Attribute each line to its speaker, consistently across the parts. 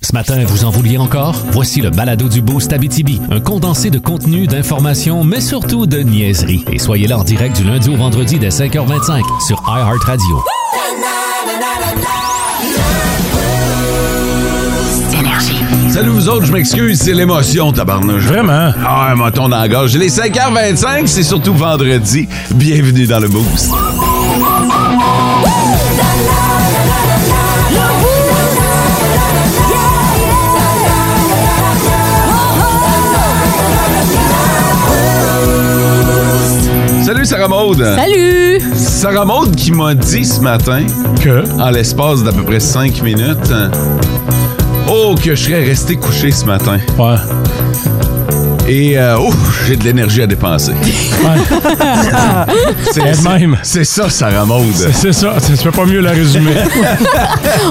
Speaker 1: Ce matin, vous en vouliez encore? Voici le balado du beau Stabitibi, un condensé de contenu, d'informations, mais surtout de niaiseries. Et soyez là en direct du lundi au vendredi dès 5h25 sur iHeartRadio.
Speaker 2: Salut vous autres, je m'excuse, c'est l'émotion, tabarnouche.
Speaker 3: Vraiment?
Speaker 2: Ah, un moton dans la gorge. Les 5h25, c'est surtout vendredi. Bienvenue dans le Boost. Salut Sarah Maude.
Speaker 4: Salut!
Speaker 2: Sarah Maude qui m'a dit ce matin
Speaker 3: Que?
Speaker 2: en l'espace d'à peu près 5 minutes. euh, Oh, que je serais resté couché ce matin.
Speaker 3: Ouais.
Speaker 2: Et euh, oh, j'ai de l'énergie à dépenser. C'est
Speaker 3: Elle
Speaker 2: c'est-
Speaker 3: même.
Speaker 2: C'est ça, Sarah Maude.
Speaker 3: C'est- C'est ça, ça se fait pas mieux la résumer.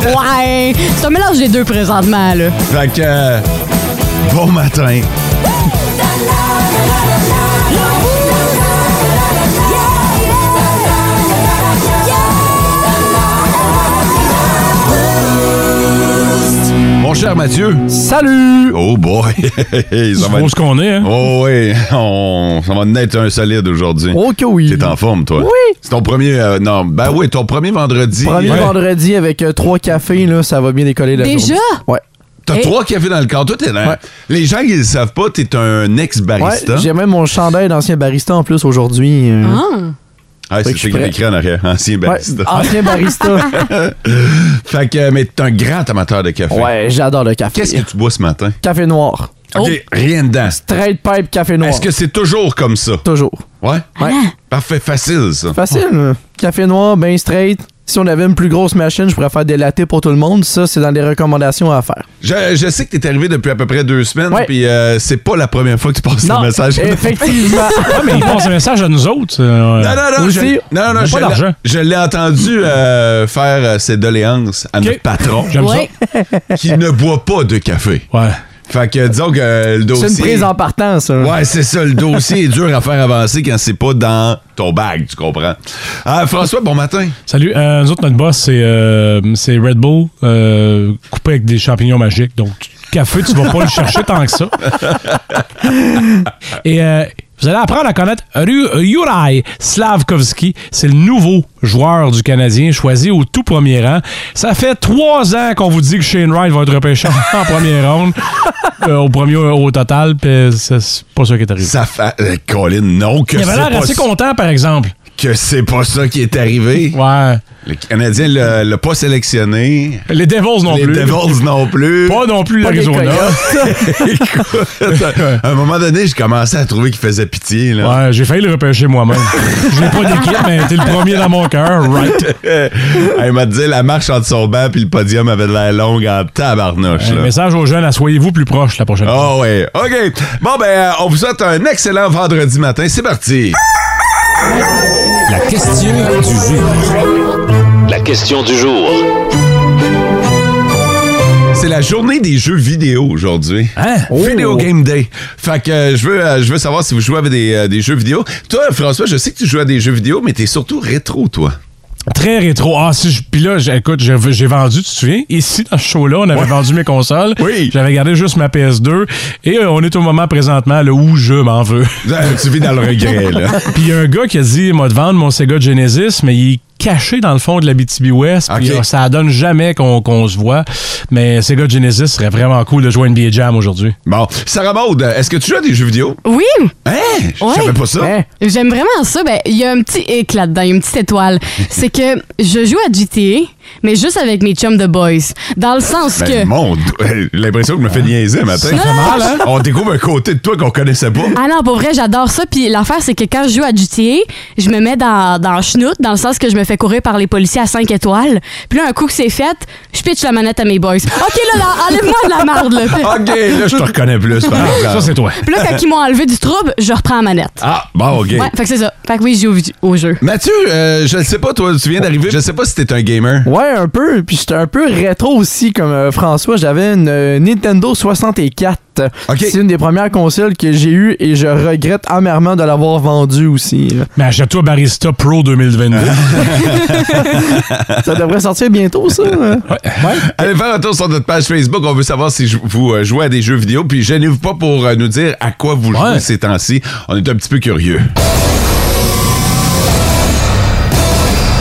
Speaker 4: Ouais! C'est un mélange des deux présentement, là.
Speaker 2: Fait que, euh, bon matin. Mon cher Mathieu.
Speaker 3: Salut!
Speaker 2: Oh boy. ça
Speaker 3: C'est
Speaker 2: va
Speaker 3: beau ce
Speaker 2: être...
Speaker 3: qu'on est, hein?
Speaker 2: Oh oui, on... ça va en être un solide aujourd'hui.
Speaker 5: Ok, oui.
Speaker 2: T'es en forme, toi.
Speaker 5: Oui.
Speaker 2: C'est ton premier... euh, non, ben oui, ton premier vendredi.
Speaker 5: Premier
Speaker 3: Ouais.
Speaker 5: vendredi avec euh, trois cafés, là, ça va bien décoller la
Speaker 4: Déjà?
Speaker 5: journée. Ouais.
Speaker 2: T'as
Speaker 4: Et-
Speaker 2: trois cafés dans le corps. Toi, t'es dans-
Speaker 5: Ouais.
Speaker 2: Les gens qui le savent pas, t'es un ex-barista.
Speaker 5: Ouais, j'ai même mon chandail d'ancien barista en plus aujourd'hui. euh.
Speaker 2: ah,
Speaker 5: Fait
Speaker 2: c'est
Speaker 5: que je suis
Speaker 2: ce qu'il y a
Speaker 5: prêt.
Speaker 2: écrit en arrière. Ancien
Speaker 5: Ouais,
Speaker 2: barista.
Speaker 5: ancien barista.
Speaker 2: Fait que, euh, mais t'es un grand amateur de café.
Speaker 5: ouais, j'adore le café.
Speaker 2: Qu'est-ce que tu bois ce matin?
Speaker 5: Café noir.
Speaker 2: OK, rien dedans.
Speaker 5: Trade pipe café noir.
Speaker 2: Est-ce que c'est toujours comme ça?
Speaker 5: Toujours.
Speaker 2: Ouais?
Speaker 5: Ouais.
Speaker 2: Parfait, facile, ça.
Speaker 5: Facile. euh. Café noir, ben straight. Si on avait une plus grosse machine, je pourrais faire des latés pour tout le monde. Ça, c'est dans les recommandations à faire.
Speaker 2: Je, je sais que t'es arrivé depuis à peu près deux semaines,
Speaker 5: Ouais.
Speaker 2: puis euh, c'est pas la première fois que tu passes le message.
Speaker 5: effectivement.
Speaker 3: Ouais, mais ils font un message à nous autres. euh,
Speaker 2: Non, non, non,
Speaker 5: Aussi,
Speaker 2: je, non, non,
Speaker 3: on a
Speaker 2: je
Speaker 3: pas
Speaker 2: l'ai-
Speaker 3: d'argent.
Speaker 2: je l'ai entendu euh, faire euh, ses doléances à
Speaker 3: OK.
Speaker 2: notre patron
Speaker 3: J'aime
Speaker 4: Ouais.
Speaker 2: qui ne boit pas de café.
Speaker 3: ça. Ouais.
Speaker 2: Fait que disons que euh, le dossier.
Speaker 5: C'est une prise en partant, ça.
Speaker 2: Ouais, c'est ça. Le dossier est dur à faire avancer quand c'est pas dans ton bag, tu comprends. Ah, François, bon matin.
Speaker 3: Salut, euh, nous autres, notre boss, c'est euh, c'est Red Bull euh, coupé avec des champignons magiques. Donc, café, tu vas pas le chercher tant que ça. Et euh, vous allez apprendre à connaître Ru- Juraj Slavkovski. C'est le nouveau joueur du Canadien choisi au tout premier rang. Ça fait trois ans qu'on vous dit que Shane Wright va être repêché en première ronde, euh, au premier au total, puis c'est c'est pas ça qui est arrivé.
Speaker 2: Ça fait. euh, Colin, non, que
Speaker 3: Il
Speaker 2: c'est
Speaker 3: avait l'air
Speaker 2: pas,
Speaker 3: assez
Speaker 2: ça-
Speaker 3: content, par exemple.
Speaker 2: que c'est pas ça qui est arrivé.
Speaker 3: Ouais.
Speaker 2: Le Canadien l'a l'a pas sélectionné.
Speaker 3: Les Devils non
Speaker 2: Les
Speaker 3: plus.
Speaker 2: Devils non plus.
Speaker 3: Pas non plus
Speaker 5: Pas des
Speaker 3: l'Arizona.
Speaker 2: Écoute, à un moment donné, je commençais à trouver qu'il faisait pitié. Là.
Speaker 3: Ouais, j'ai failli le repêcher moi-même. Je l'ai pas d'équipe, mais t'es le premier dans mon cœur, right?
Speaker 2: Elle m'a dit la marche entre son banc puis le podium avait de la longue en tabarnouche.
Speaker 3: Un
Speaker 2: là.
Speaker 3: message aux jeunes, soyez-vous plus proches la prochaine fois.
Speaker 2: Ah ouais. OK. Bon, ben, euh, on vous souhaite un excellent vendredi matin. C'est parti.
Speaker 1: La question du jour.
Speaker 6: La question du jour.
Speaker 2: C'est la journée des jeux vidéo aujourd'hui. Oh.
Speaker 3: Hein?
Speaker 2: Video Game Day. Fait que euh, je veux, euh, je veux savoir si vous jouez avec des, euh, des jeux vidéo. Toi, François, je sais que tu joues à des jeux vidéo, mais t'es surtout rétro, toi.
Speaker 3: Très rétro. Ah, si je. Puis là, j'ai- écoute, j'ai j'ai vendu, tu te souviens? Ici, dans ce show-là, on avait vendu mes consoles.
Speaker 2: Oui.
Speaker 3: J'avais gardé juste ma PS2. Et euh, on est au moment présentement là, où je m'en veux.
Speaker 2: Euh, tu vis dans le regret, là.
Speaker 3: Puis il y a un gars qui a dit Moi, de vendre mon Sega Genesis, mais il est caché dans le fond de la BTB West. Puis
Speaker 2: Ok.
Speaker 3: euh, ça donne jamais qu'on qu'on se voit. Mais Sega Genesis serait vraiment cool de jouer à NBA Jam aujourd'hui.
Speaker 2: Bon, Sarah Maud, Ah, est-ce que tu joues à des jeux vidéo?
Speaker 4: Oui!
Speaker 2: Hein? Je
Speaker 4: Ouais.
Speaker 2: savais pas ça.
Speaker 5: Hein?
Speaker 4: J'aime vraiment ça. Ben, il y a un petit hic là-dedans, il y a une petite étoile. C'est que je joue à GTA, mais juste avec mes chums de boys. Dans le sens
Speaker 2: Ben,
Speaker 4: que.
Speaker 2: mon Dieu, l'impression que je me fais niaiser matin.
Speaker 4: Ça fait mal, hein?
Speaker 2: On découvre un côté de toi qu'on connaissait pas.
Speaker 4: Ah non, pour vrai, j'adore ça. Puis l'affaire, c'est que quand je joue à GTA, je me mets dans, dans le chenoute, dans le sens que je me fais courir par les policiers à 5 étoiles. Puis là, un coup que c'est fait, je pitche la manette à mes boys. OK, là, là enlève-moi de Ah, la merde, là.
Speaker 2: OK, là, je te reconnais plus. par exemple.
Speaker 3: Ça, c'est toi.
Speaker 4: Puis là, quand ils m'ont enlevé du trouble, je reprends la manette.
Speaker 2: Ah, bon, OK.
Speaker 4: Ouais, fait que c'est ça. Fait que oui, je joue au vi- au jeu.
Speaker 2: Mathieu, euh, je ne sais pas, toi, tu viens d'arriver. Je sais pas si t'es un gamer.
Speaker 5: Ouais, un peu. Puis j'étais un peu rétro aussi, comme euh, François. J'avais une euh, Nintendo 64.
Speaker 2: Ok.
Speaker 5: C'est une des premières consoles que j'ai eues et je regrette amèrement de l'avoir vendue aussi. là.
Speaker 3: Mais achète-toi Barista Pro 2022.
Speaker 5: ça devrait sortir bientôt, ça. hein?
Speaker 2: Allez faire un tour sur notre page Facebook. On veut savoir si jou- vous euh, jouez à des jeux vidéo. Puis gênez-vous pas pour euh, nous dire à quoi vous jouez
Speaker 3: Ouais.
Speaker 2: ces temps-ci. On est un petit peu curieux.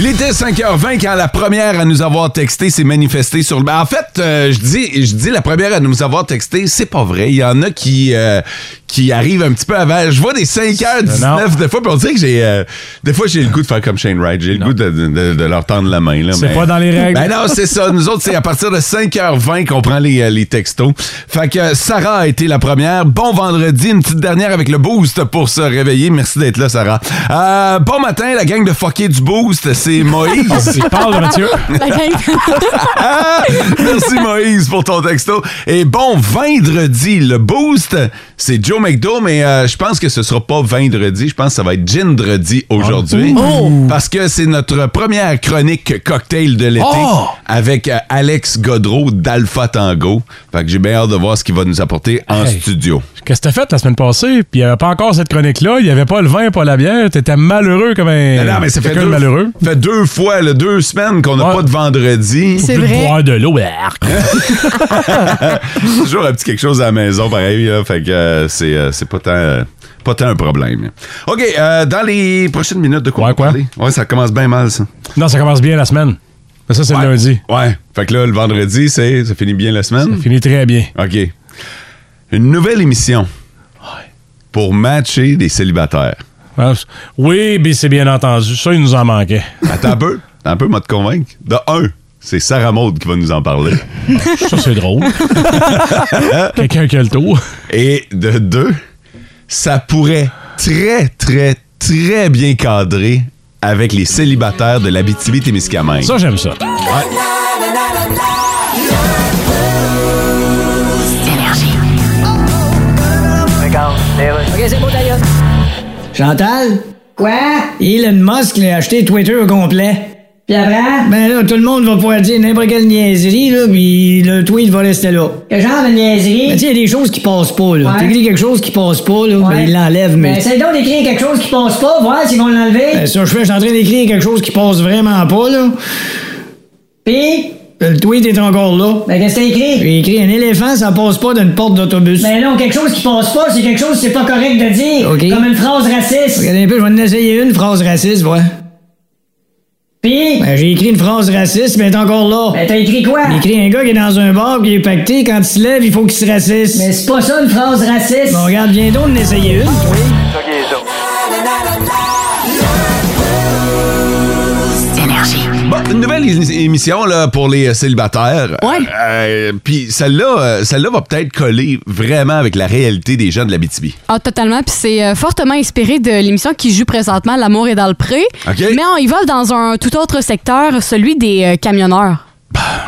Speaker 2: Il était 5h20 quand la première à nous avoir texté s'est manifestée sur le. Ben, En fait, euh, je dis, je dis la première à nous avoir texté, c'est pas vrai. Il y en a qui euh, qui arrivent un petit peu avant. Je vois des 5h19 des fois, puis on dirait que j'ai euh, des fois j'ai le goût de faire comme Shane Wright, j'ai le goût de, de- de leur tendre la main là.
Speaker 3: C'est
Speaker 2: mais-
Speaker 3: pas dans les règles.
Speaker 2: Ben non, c'est ça. Nous autres, c'est à partir de 5h20 qu'on prend les, euh, les textos. Fait que euh, Sarah a été la première. Bon vendredi, une petite dernière avec le boost pour se réveiller. Merci d'être là, Sarah. Euh, bon matin, la gang de fuckés du boost, c'est Moïse.
Speaker 3: Il parle de Mathieu.
Speaker 4: La gang-
Speaker 2: Ah! Merci Moïse pour ton texto. Et bon vendredi, le boost, c'est Joe McDo, mais euh, je pense que ce sera pas vendredi, je pense que ça va être gindredi aujourd'hui. Parce que c'est notre première chronique cocktail de l'été
Speaker 3: Oh!
Speaker 2: avec euh, Alex Godreau d'Alpha Tango. Fait que j'ai bien hâte de voir ce qu'il va nous apporter en
Speaker 3: Hey.
Speaker 2: studio.
Speaker 3: Qu'est-ce que t'as fait la semaine passée? Puis il n'y avait pas encore cette chronique-là. Il n'y avait pas le vin, pas la bière. T'étais malheureux comme un.
Speaker 2: Non, non, mais ça fait
Speaker 3: Euh, quelqu'un de
Speaker 2: deux,
Speaker 3: malheureux.
Speaker 2: fait deux fois, là, deux semaines qu'on n'a
Speaker 3: Ouais.
Speaker 2: pas de vendredi.
Speaker 4: C'est
Speaker 3: Puis
Speaker 4: vrai.
Speaker 3: boire de l'eau. ah. arc.
Speaker 2: toujours un petit quelque chose à la maison, pareil. Là, fait que euh, c'est, euh, c'est pas tant, euh, pas tant un problème. OK, euh, dans les prochaines minutes, de
Speaker 3: Ouais,
Speaker 2: quoi on va
Speaker 3: quoi?
Speaker 2: parler? Ouais, ça commence bien mal, ça.
Speaker 3: Non, ça commence bien la semaine. Mais ça, c'est le lundi.
Speaker 2: Ouais. Fait que là, le vendredi, c'est, ça finit bien la
Speaker 3: Ça
Speaker 2: semaine?
Speaker 3: finit très bien.
Speaker 2: OK. Une nouvelle émission pour matcher des célibataires.
Speaker 3: Ah, c'est- Oui, mais c'est bien entendu. Ça, il nous en manquait.
Speaker 2: Attends un peu. Attends un peu, moi, te convaincre. De un, c'est Sarah Maud qui va nous en parler.
Speaker 3: Ça, c'est drôle. Quelqu'un qui a le tour.
Speaker 2: Et de deux, ça pourrait très, très, très bien cadrer avec les célibataires de l'Abitibi-Témiscamingue.
Speaker 3: Ça, j'aime ça.
Speaker 7: Chantal? Quoi? Elon Musk l'a acheté Twitter au complet. Puis après? Ben là, tout le monde va pouvoir dire n'importe quelle niaiserie, là, puis le tweet va rester là. Quel genre de niaiserie? Ben, tu sais, il y a des choses qui passent pas, là. T'écris quelque chose qui passe pas, là, ben, il l'enlève, mais... Ben, c'est donc d'écrire quelque chose qui passe pas, voir s'ils vont l'enlever. Ben, ça, je fais, je suis en train d'écrire quelque chose qui passe vraiment pas, là. Puis? Le tweet est encore là. Ben, qu'est-ce que t'as écrit? J'ai écrit un éléphant, ça passe pas d'une porte d'autobus. Ben non, quelque chose qui passe pas, c'est quelque chose que c'est pas correct de dire. Comme une phrase raciste. Regardez un peu, je vais en essayer une phrase raciste, ouais. Puis? Ben, j'ai écrit une phrase raciste, mais elle est encore là. Ben, t'as écrit quoi? J'ai écrit un gars qui est dans un bar, qui est pacté, quand il se lève, il faut qu'il se raciste. Mais c'est pas ça une phrase raciste. Bon, regarde, viens donc en essayer une, toi.
Speaker 2: Bon, une nouvelle é- émission là, pour les euh, célibataires.
Speaker 4: Ouais.
Speaker 2: Euh, Puis celle-là, euh, celle-là va peut-être coller vraiment avec la réalité des gens de l'Abitibi.
Speaker 4: Ah, totalement. Puis c'est euh, fortement inspiré de l'émission qui joue présentement, L'amour est dans le pré.
Speaker 2: OK.
Speaker 4: Mais on y va dans un tout autre secteur, celui des euh, camionneurs.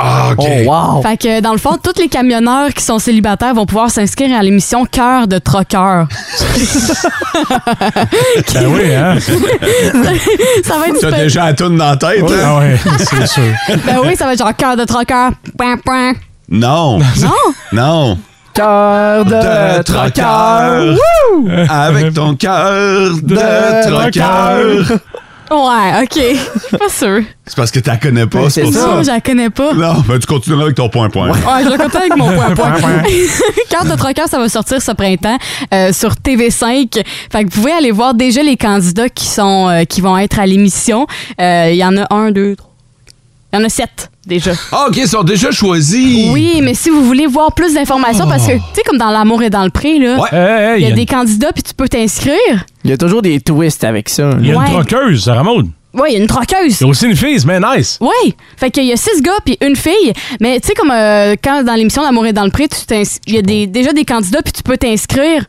Speaker 2: Ah, OK.
Speaker 5: Oh, wow.
Speaker 4: Fait que dans le fond, tous les camionneurs qui sont célibataires vont pouvoir s'inscrire à l'émission Cœur de troqueur.
Speaker 3: Ben oui, hein?
Speaker 4: Ça va être
Speaker 2: T'as
Speaker 4: super-
Speaker 2: déjà la toune dans la tête, hein?
Speaker 3: Ah ouais, c'est sûr.
Speaker 4: Ben oui, ça va être genre Cœur de troqueur. Point, point.
Speaker 2: Non.
Speaker 4: Non?
Speaker 2: Non.
Speaker 5: Cœur de,
Speaker 2: Oh! De
Speaker 5: troqueur.
Speaker 2: troqueur. Euh, Avec ton cœur de troqueur.
Speaker 4: Ouais, OK. Je suis pas sûre.
Speaker 2: C'est parce que t'as connais
Speaker 4: Ben,
Speaker 2: pas, c'est
Speaker 5: c'est
Speaker 2: pour
Speaker 5: ça.
Speaker 2: ça.
Speaker 4: Non, je la connais pas.
Speaker 2: Non, ben, tu continueras avec ton point-point.
Speaker 4: Ouais, je vais continuer avec mon point point. Carte de troqueur, ça va sortir ce printemps euh, sur TV5. Fait que vous pouvez aller voir déjà les candidats qui sont euh, qui vont être à l'émission. Euh, Il y en a un, deux, trois. Il y en a sept déjà.
Speaker 2: Ah, OK, ils sont déjà choisis.
Speaker 4: Oui, mais si vous voulez voir plus d'informations, parce que, tu sais, comme dans L'amour et dans le pré, là,
Speaker 2: Ouais.
Speaker 4: il y a des candidats, puis tu peux t'inscrire.
Speaker 5: Il y a toujours des twists avec ça.
Speaker 3: Il y a une
Speaker 4: Ouais.
Speaker 3: troqueuse, Sarah Maud.
Speaker 4: Ouais, il y a une troqueuse.
Speaker 3: Il y a aussi une fille, mais nice.
Speaker 4: Oui, fait qu'il y a six gars puis une fille, mais tu sais comme euh, quand dans l'émission L'amour est dans le pré, tu t'ins- il y a des, déjà des candidats puis tu peux t'inscrire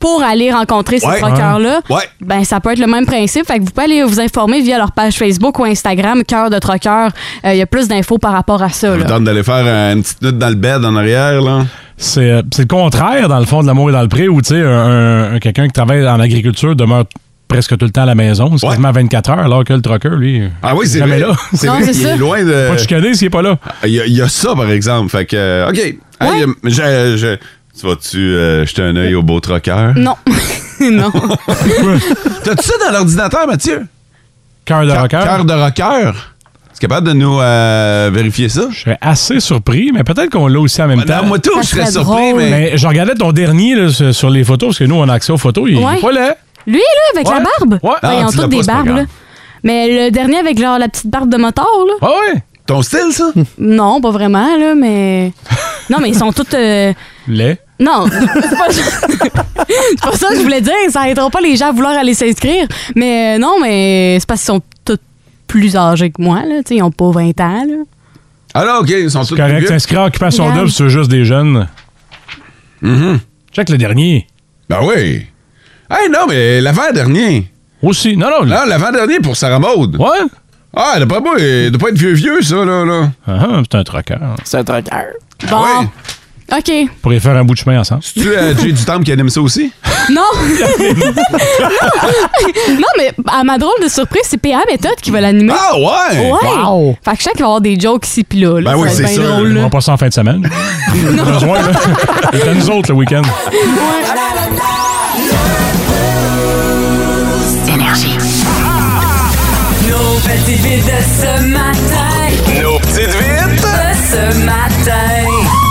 Speaker 4: pour aller rencontrer ces
Speaker 2: Ouais.
Speaker 4: troqueurs là.
Speaker 2: Ouais.
Speaker 4: Ben ça peut être le même principe, fait que vous pouvez aller vous informer via leur page Facebook ou Instagram Cœur de troqueur, Euh, il y a plus d'infos par rapport à ça
Speaker 2: Je
Speaker 4: là.
Speaker 2: tente d'aller faire euh, une petite note dans le bed en arrière, là.
Speaker 3: C'est euh, c'est le contraire, dans le fond, de l'amour et dans le pré, où tu sais, un, un- quelqu'un qui travaille en agriculture demeure presque tout le temps à la maison, c'est
Speaker 2: Ouais.
Speaker 3: quasiment 24 heures, alors que le trucker, lui,
Speaker 2: Ah oui, c'est
Speaker 3: jamais
Speaker 2: vrai.
Speaker 3: là.
Speaker 2: C'est
Speaker 4: Non,
Speaker 2: vrai,
Speaker 4: c'est
Speaker 2: il
Speaker 4: ça.
Speaker 2: est loin de...
Speaker 3: Pas de chicaner s'il n'est pas là.
Speaker 2: Il y, a- il y a ça, par exemple. Fait que, euh, OK. Hey, euh, je- je- tu vas-tu euh, jeter un œil au beau troqueur?
Speaker 4: Non. non.
Speaker 2: T'as-tu ça dans l'ordinateur, Mathieu?
Speaker 3: Cœur de rocker.
Speaker 2: Cœur de rocker. Tu es capable de nous euh, vérifier ça? Ah,
Speaker 3: Je serais assez surpris, mais peut-être qu'on l'a aussi en même temps.
Speaker 2: Non, moi, tout,
Speaker 4: Ça
Speaker 2: je serais
Speaker 4: serait
Speaker 2: surpris,
Speaker 4: drôle.
Speaker 2: mais...
Speaker 3: Mais je regardais ton dernier là, sur sur les photos, parce que nous, on a accès aux photos. Il il
Speaker 4: Ouais.
Speaker 3: est pas là.
Speaker 4: Lui là avec
Speaker 3: Ouais.
Speaker 4: la barbe.
Speaker 3: Ouais.
Speaker 4: Ouais, ils
Speaker 2: Ah,
Speaker 4: ont
Speaker 2: tu
Speaker 4: toutes
Speaker 2: l'as pas,
Speaker 4: des
Speaker 2: c'est pas
Speaker 4: barbes là.
Speaker 2: grave.
Speaker 4: Mais le dernier avec genre la petite barbe de motard là.
Speaker 3: Ah ouais?
Speaker 2: Ton style, ça?
Speaker 4: Non, pas vraiment là, mais Non, mais ils sont toutes euh,
Speaker 3: Laid.
Speaker 4: Non, c'est pas, c'est pas ça que je voulais dire. Ça aidera pas les gens à vouloir aller s'inscrire. Mais euh, non, mais c'est parce qu'ils sont tous plus âgés que moi. Là. Tu sais, Ils ont pas 20 ans. Là.
Speaker 2: Ah là, OK, ils sont tous plus
Speaker 3: Correct,
Speaker 2: vieux.
Speaker 3: s'inscrire à Occupation
Speaker 4: Regarde.
Speaker 3: Double, c'est juste des jeunes. Check le dernier.
Speaker 2: Mm-hmm. Ben oui. Hey, non, mais l'avant-dernier.
Speaker 3: Aussi. Non, non.
Speaker 2: Là, l'avant-dernier pour Sarah Maud.
Speaker 3: Ouais?
Speaker 2: Ah, d'après moi, il doit pas être vieux-vieux, ça, là. là.
Speaker 3: Ah, ah, c'est un trucker.
Speaker 5: C'est un tracker.
Speaker 4: Bon.
Speaker 2: Ah ouais?
Speaker 4: OK.
Speaker 3: On pourrait faire un bout de chemin ensemble.
Speaker 2: Tu as Jay euh, du Temple qui anime ça aussi?
Speaker 4: Non. non. Non, mais à ma drôle de surprise, c'est PA Méthode qui va l'animer.
Speaker 2: Ah ouais!
Speaker 4: Ouais.
Speaker 5: Wow.
Speaker 4: Fait que chaque va avoir des jokes ici pis là. là.
Speaker 2: Ben oui,
Speaker 4: Ça va être
Speaker 2: c'est
Speaker 4: bien
Speaker 2: sûr.
Speaker 4: drôle,
Speaker 3: On
Speaker 4: là.
Speaker 3: va passer en fin de semaine. Pas besoin, là. C'est à nous autres le week-end.
Speaker 8: Énergie.
Speaker 9: Nos petites vites de ce matin.
Speaker 6: Nos petites vites.
Speaker 9: De ce matin.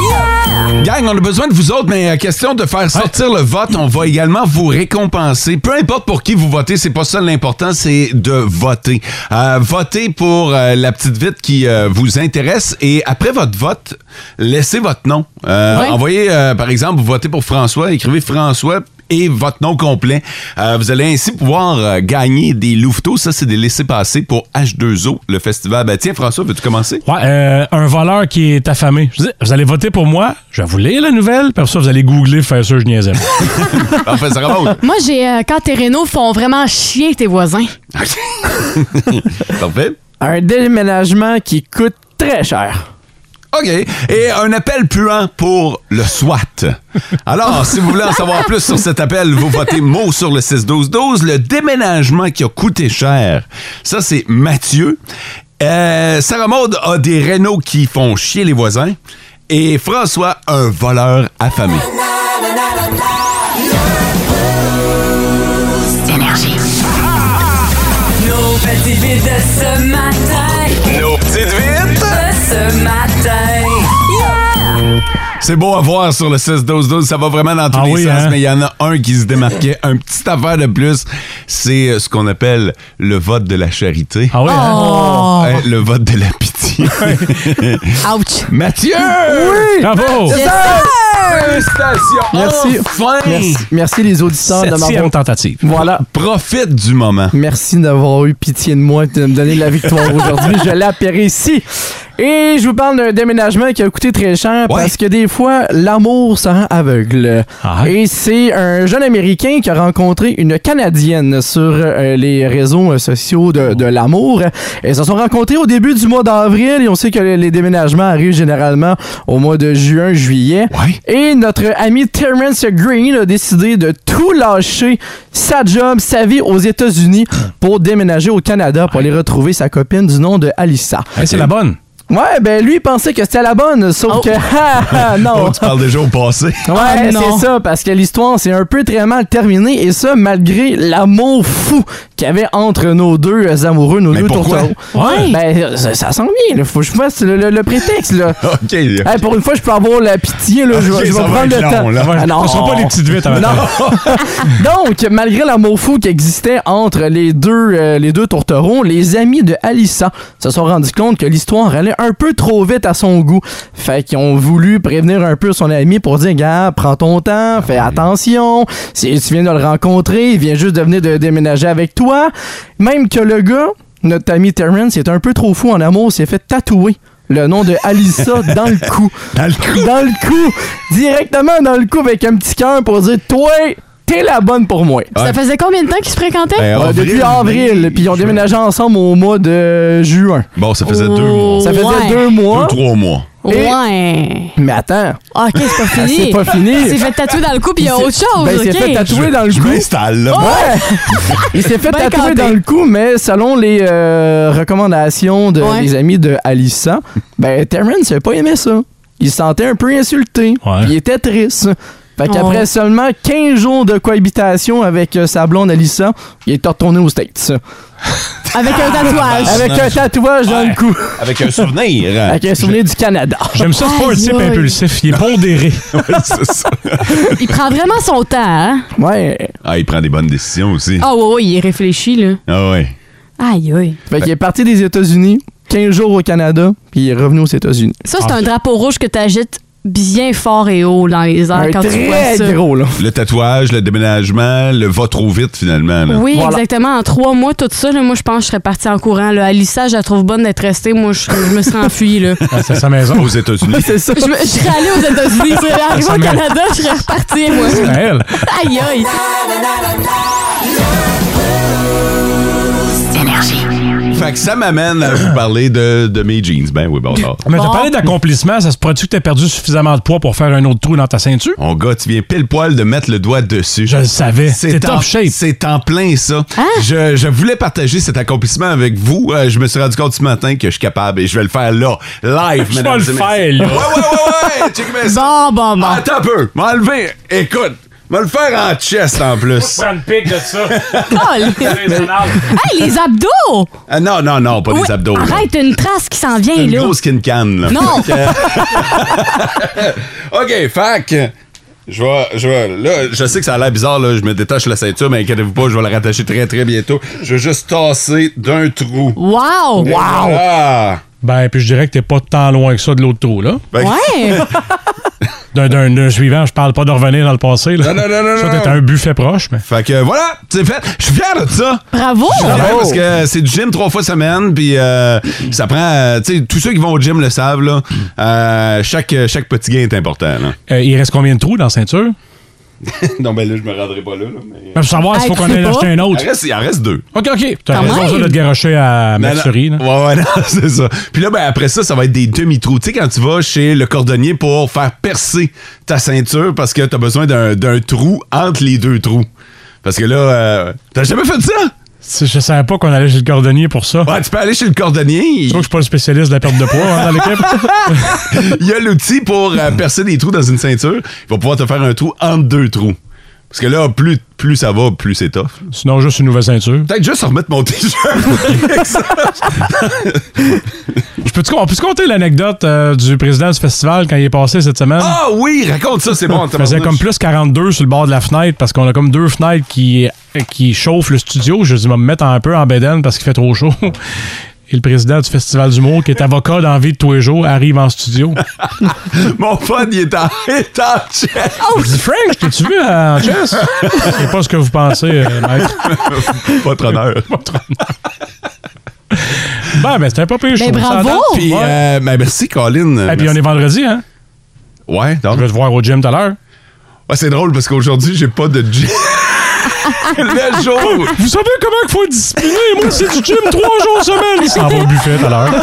Speaker 9: Yeah!
Speaker 2: Gang, on a besoin de vous autres, mais euh, question de faire sortir le vote, on va également vous récompenser. Peu importe pour qui vous votez, c'est pas ça l'important, c'est de voter. Euh, votez pour euh, la petite vite qui euh, vous intéresse et après votre vote, laissez votre nom. Euh,
Speaker 4: Ouais.
Speaker 2: Envoyez, euh, par exemple, vous votez pour François, écrivez François et votre nom complet. Euh, vous allez ainsi pouvoir euh, gagner des louveteaux. Ça, c'est des laissés-passer pour H2O, le festival. Ben, tiens, François, veux-tu commencer?
Speaker 3: Ouais, euh, un voleur qui est affamé. Je dis, vous allez voter pour moi, je vais vous lire la nouvelle, puis après ça, vous allez googler, faire ça, je niaisais. pas.
Speaker 2: Parfait, ça remonte.
Speaker 4: Moi, j'ai. euh, quand tes rénaux font vraiment chier tes voisins.
Speaker 2: Parfait.
Speaker 5: Un déménagement qui coûte très cher.
Speaker 2: OK. Et un appel puant pour le SWAT. Alors, si vous voulez en savoir plus sur cet appel, vous votez mot sur le 6-12-12. Le déménagement qui a coûté cher, ça, c'est Mathieu. Euh, Sarah Maud a des rénaux qui font chier les voisins. Et François, un voleur affamé.
Speaker 8: Énergie.
Speaker 9: Nos petites vites de ce matin.
Speaker 6: Nos petites vites.
Speaker 9: De ce matin. Yeah!
Speaker 2: C'est beau à voir sur le 6-12-12. Ça va vraiment dans tous
Speaker 3: Ah
Speaker 2: les
Speaker 3: oui,
Speaker 2: sens,
Speaker 3: hein?
Speaker 2: mais il y en a un qui se démarquait. un petit affaire de plus, c'est euh, ce qu'on appelle le vote de la charité.
Speaker 3: Ah oui, hein?
Speaker 4: Oh.
Speaker 2: Euh, le vote de la pitié.
Speaker 4: Ouch.
Speaker 2: Mathieu!
Speaker 3: Bravo!
Speaker 2: Félicitations!
Speaker 5: Oh! Merci.
Speaker 2: Enfin!
Speaker 5: Merci, merci les auditeurs de
Speaker 3: Oh, Septième
Speaker 5: m'avoir.
Speaker 3: tentative.
Speaker 5: Voilà.
Speaker 2: Profite du moment.
Speaker 5: Merci d'avoir eu pitié de moi et de me donner de la victoire aujourd'hui. Je l'appellerai ici. Et je vous parle d'un déménagement qui a coûté très cher parce que des fois, l'amour ça rend aveugle.
Speaker 3: Ah.
Speaker 5: Et c'est un jeune Américain qui a rencontré une Canadienne sur euh, les réseaux euh, sociaux de, de l'amour. Ils se sont rencontrés au début du mois d'avril et on sait que les, les déménagements arrivent généralement au mois de juin, juillet.
Speaker 2: Ouais.
Speaker 5: Et notre ami Terrence Green a décidé de tout lâcher, sa job, sa vie aux États-Unis pour déménager au Canada pour aller retrouver sa copine du nom de Alissa.
Speaker 3: Hey, c'est la bonne.
Speaker 5: Ouais, ben lui, il pensait que c'était la bonne, sauf que. Ah, ah, non!
Speaker 2: Oh, tu parles déjà au passé.
Speaker 5: Ouais,
Speaker 2: Ah,
Speaker 5: c'est ça, parce que l'histoire s'est un peu très mal terminée, et ça, malgré l'amour fou qu'il y avait entre nos deux euh, amoureux, nos
Speaker 2: Mais
Speaker 5: deux
Speaker 2: pourquoi?
Speaker 5: tourtereaux.
Speaker 2: Ouais.
Speaker 5: Ben, ça, ça sent bien, là. Faut que je fasse le, le- le prétexte, là.
Speaker 2: OK.
Speaker 5: Hey, pour une fois, je peux avoir la pitié, là. Je,
Speaker 2: Ok,
Speaker 5: vais- je
Speaker 2: ça
Speaker 5: vais
Speaker 2: va
Speaker 5: prendre
Speaker 2: être
Speaker 5: le
Speaker 2: long,
Speaker 5: temps.
Speaker 2: là.
Speaker 5: Ah, non.
Speaker 2: On sera pas les petites vites, en même temps.
Speaker 5: Non. Donc, malgré l'amour fou qui existait entre les deux, euh, les deux tourterons, les amis de Alissa se sont rendus compte que l'histoire allait un peu trop vite à son goût. Fait qu'ils ont voulu prévenir un peu son ami pour dire, gars, prends ton temps, fais attention. Si tu viens de le rencontrer, il vient juste de venir de déménager avec toi. Même que le gars, notre ami Terrence, est un peu trop fou en amour, s'est fait tatouer le nom de Alissa dans le cou.
Speaker 2: Dans le cou.
Speaker 5: Dans le cou. Directement dans le cou avec un petit cœur pour dire Toi, t'es la bonne pour moi.
Speaker 4: Ça faisait combien de temps qu'ils se fréquentaient?
Speaker 2: Ben,
Speaker 5: Euh, depuis avril, puis ils ont déménagé ensemble au mois de juin.
Speaker 2: Bon, ça faisait deux mois.
Speaker 5: Ça faisait deux mois.
Speaker 2: Deux, trois mois.
Speaker 5: Et-
Speaker 4: Ouais.
Speaker 5: Mais attends.
Speaker 4: Ah, ok, c'est pas fini.
Speaker 5: C'est pas fini.
Speaker 4: Il s'est fait tatouer dans le cou, puis il y a
Speaker 5: s'est-
Speaker 4: autre chose.
Speaker 5: ben, il s'est
Speaker 4: ok.
Speaker 5: fait tatouer dans le
Speaker 2: Je
Speaker 5: cou.
Speaker 2: m'installe, là.
Speaker 5: Ouais. il s'est fait
Speaker 4: Ben
Speaker 5: tatouer
Speaker 4: canté.
Speaker 5: dans le cou, mais selon les euh, recommandations de
Speaker 4: Ouais.
Speaker 5: des amis de Alissa, ben Terrence n'a pas aimé ça. Il se sentait un peu insulté. puis Il était triste. Fait qu'après
Speaker 4: Oh.
Speaker 5: seulement 15 jours de cohabitation avec euh, sa blonde Alissa, il est retourné aux States.
Speaker 4: Avec un tatouage.
Speaker 5: Avec un tatouage dans le cou.
Speaker 2: Avec un souvenir. hein.
Speaker 5: Avec un souvenir du Canada.
Speaker 3: J'aime ça, c'est pas un
Speaker 4: Aïe,
Speaker 3: type
Speaker 4: aïe.
Speaker 3: impulsif. Il est pondéré.
Speaker 2: Ouais, c'est ça.
Speaker 4: Il prend vraiment son temps, hein?
Speaker 5: Ouais.
Speaker 2: Ah, il prend des bonnes décisions aussi.
Speaker 4: Ah, ouais, ouais, il réfléchit, là.
Speaker 2: Ah ouais.
Speaker 4: Aïe, aïe.
Speaker 5: Fait qu'il est parti des États-Unis, 15 jours au Canada, puis il est revenu aux États-Unis.
Speaker 4: Ça, c'est
Speaker 2: Ah,
Speaker 4: un drapeau rouge que t'agites bien fort et haut dans les airs
Speaker 5: Un
Speaker 4: Ah, quand tu vois
Speaker 5: très
Speaker 4: ça.
Speaker 5: gros, là.
Speaker 2: Le tatouage, le déménagement, le va trop vite finalement. là.
Speaker 4: Oui,
Speaker 5: Voilà.
Speaker 4: exactement. En trois mois, tout ça, là, moi, je pense que je serais partie en courant. Là. Alissa, je la trouve bonne d'être restée. Moi, je, je me serais enfuie. Là.
Speaker 3: Ah, C'est sa maison.
Speaker 2: Aux États-Unis.
Speaker 5: C'est ça.
Speaker 4: Je, me- je serais allée aux États-Unis. Je serais arrivée au Canada, je serais repartie, moi.
Speaker 3: À Elle.
Speaker 4: Aïe, aïe.
Speaker 2: Fait que ça m'amène à vous parler de, de mes jeans. Ben oui, bon, alors.
Speaker 3: Mais t'as
Speaker 4: Bon.
Speaker 3: parlé d'accomplissement. Ça se produit que t'as perdu suffisamment de poids pour faire un autre trou dans ta ceinture?
Speaker 2: Mon gars, tu viens pile poil de mettre le doigt dessus.
Speaker 3: Je le savais.
Speaker 2: C'est
Speaker 3: T'es
Speaker 2: en-
Speaker 3: top shape.
Speaker 2: C'est en plein ça.
Speaker 4: Ah.
Speaker 2: Je, je voulais partager cet accomplissement avec vous. Euh, je me suis rendu compte ce matin que je suis capable et je vais le faire là, live.
Speaker 3: Je vais
Speaker 2: mesdames
Speaker 3: le
Speaker 2: et messieurs.
Speaker 3: faire, là.
Speaker 2: Ouais, ouais, ouais, ouais. Check bien ça.
Speaker 4: Bon, bon, bon.
Speaker 2: Attends un peu. M'enlever. Écoute, me le faire en chest en plus.
Speaker 3: une pique de ça.
Speaker 4: Colle. Hey, les abdos!
Speaker 2: Ah, non, non, non, pas
Speaker 4: Oui,
Speaker 2: des abdos. là.
Speaker 4: Arrête, une trace qui s'en vient,
Speaker 2: Une
Speaker 4: là.
Speaker 2: grosse skin can. Là. Euh,
Speaker 4: Non!
Speaker 2: OK, fac. Je vais, je vais, là, je sais que ça a l'air bizarre, là, je me détache la ceinture, mais inquiétez-vous pas, je vais la rattacher très, très bientôt. Je vais juste tasser d'un trou.
Speaker 4: Wow!
Speaker 2: Ah!
Speaker 3: Ben, puis je dirais que t'es pas tant loin que ça de l'autre trou, là.
Speaker 2: Ben,
Speaker 4: Ouais!
Speaker 3: D'un- D'un d'un suivant, je parle pas de revenir dans le passé. Là.
Speaker 2: Non, non, non, non,
Speaker 3: Ça,
Speaker 2: non.
Speaker 3: t'es un buffet proche, mais.
Speaker 2: Fait que voilà, c'est fait. Je suis fier de ça.
Speaker 4: Bravo!
Speaker 2: Je suis fier Parce que c'est du gym trois fois semaine, puis euh, ça prend. euh, tu sais, tous ceux qui vont au gym le savent, là. euh, chaque, chaque petit gain est important, là.
Speaker 3: Euh, il reste combien de trous dans la ceinture?
Speaker 2: non, ben là, je me rendrai pas là, là, mais.
Speaker 3: Même savoir s'il
Speaker 4: Hey,
Speaker 3: faut
Speaker 4: tu
Speaker 3: qu'on
Speaker 4: sais
Speaker 3: aille
Speaker 4: pas?
Speaker 3: acheter un autre.
Speaker 2: Il en reste, il en reste deux.
Speaker 3: OK, OK. T'as
Speaker 4: Quand
Speaker 3: raison,
Speaker 4: même.
Speaker 3: ça, de te garocher à
Speaker 2: Non, non.
Speaker 3: Maxurie. là.
Speaker 2: Ouais, ouais, non, c'est ça. Puis là, ben, après ça, ça va être des demi-trous. Tu sais, quand tu vas chez le cordonnier pour faire percer ta ceinture parce que t'as besoin d'un d'un trou entre les deux trous. Parce que là, euh, t'as jamais fait ça?
Speaker 3: C'est- Je savais pas qu'on allait chez le cordonnier pour ça.
Speaker 2: Ouais, tu peux aller chez le cordonnier.
Speaker 3: Je
Speaker 2: il-
Speaker 3: trouve que je suis pas le spécialiste de la perte de poids hein, dans l'équipe.
Speaker 2: Il y a l'outil pour euh, percer des trous dans une ceinture. Il va pouvoir te faire un trou entre deux trous. Parce que là, plus, plus ça va, plus c'est tough.
Speaker 3: Sinon, juste une nouvelle ceinture.
Speaker 2: Peut-être juste remettre mon t-shirt. avec ça.
Speaker 3: Je peux on peut compter l'anecdote euh, du président du festival quand il est passé cette semaine?
Speaker 2: Ah oui, raconte ça, c'est bon.
Speaker 3: Il faisait comme plus 42 sur le bord de la fenêtre parce qu'on a comme deux fenêtres qui, qui chauffent le studio. Je dis, vais me mettre un peu en bédaine parce qu'il fait trop chaud. Et le président du Festival du Mot, qui est avocat dans la vie de tous les jours, arrive en studio.
Speaker 2: Mon fun, il est en, il est en chest.
Speaker 3: Je dis, Frank, t'es-tu vu en chess? Je sais pas ce que vous pensez, euh, maître.
Speaker 2: Votre honneur.
Speaker 3: Ben, ben, c'était pas pire. je
Speaker 4: Ben,
Speaker 3: trouve. Ça
Speaker 4: bravo!
Speaker 3: adapte.
Speaker 2: Puis,
Speaker 3: Ouais.
Speaker 2: euh, ben, merci, Colin.
Speaker 3: Et puis, on est vendredi, hein?
Speaker 2: Ouais, donc.
Speaker 3: Je vais te voir au gym tout à l'heure.
Speaker 2: Ouais, c'est drôle parce qu'aujourd'hui, j'ai pas de gym. le jour.
Speaker 3: Vous savez comment il faut être discipliné? Moi, c'est du gym trois jours semaine. Il s'en va au buffet tout à l'heure.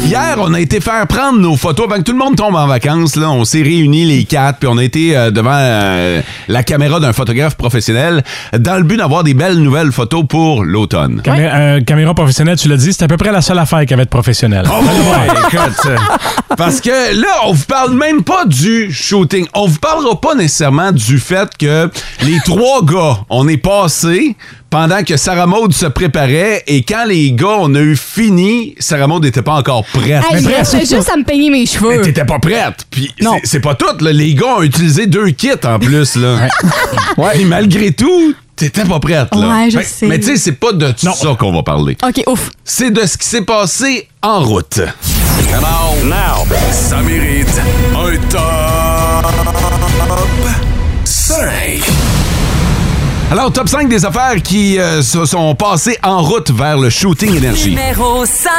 Speaker 2: Hier, on a été faire prendre nos photos avant que tout le monde tombe en vacances. Là, on s'est réunis les quatre, puis on a été euh, devant euh, la caméra d'un photographe professionnel dans le but d'avoir des belles nouvelles photos pour l'automne.
Speaker 3: Camé- euh, caméra professionnelle, tu l'as dit, c'est à peu près la seule affaire qu'il y avait de professionnelle.
Speaker 2: Oh, ouais, écoute, euh, parce que là, on vous parle même pas du shooting. On vous parlera pas nécessairement du fait que les trois gars, on est passé pendant que Sarah Maud se préparait et quand les gars, on a eu fini, Sarah Maud n'était pas encore prête.
Speaker 4: Hey, je restais juste à me peigner mes cheveux.
Speaker 2: Mais t'étais pas prête. Puis c'est- c'est pas tout. là. Les gars ont utilisé deux kits en plus. Là. Et malgré tout, t'étais pas prête. Là.
Speaker 4: Ouais, je
Speaker 2: Fait-
Speaker 4: sais.
Speaker 2: Mais tu sais, c'est pas de ça qu'on va parler.
Speaker 4: OK, ouf.
Speaker 2: C'est de ce qui s'est passé en route.
Speaker 6: Come on. Now. Ça mérite un top 5.
Speaker 2: Alors, top 5 des affaires qui euh, se sont passées en route vers le shooting énergie.
Speaker 9: Numéro 5.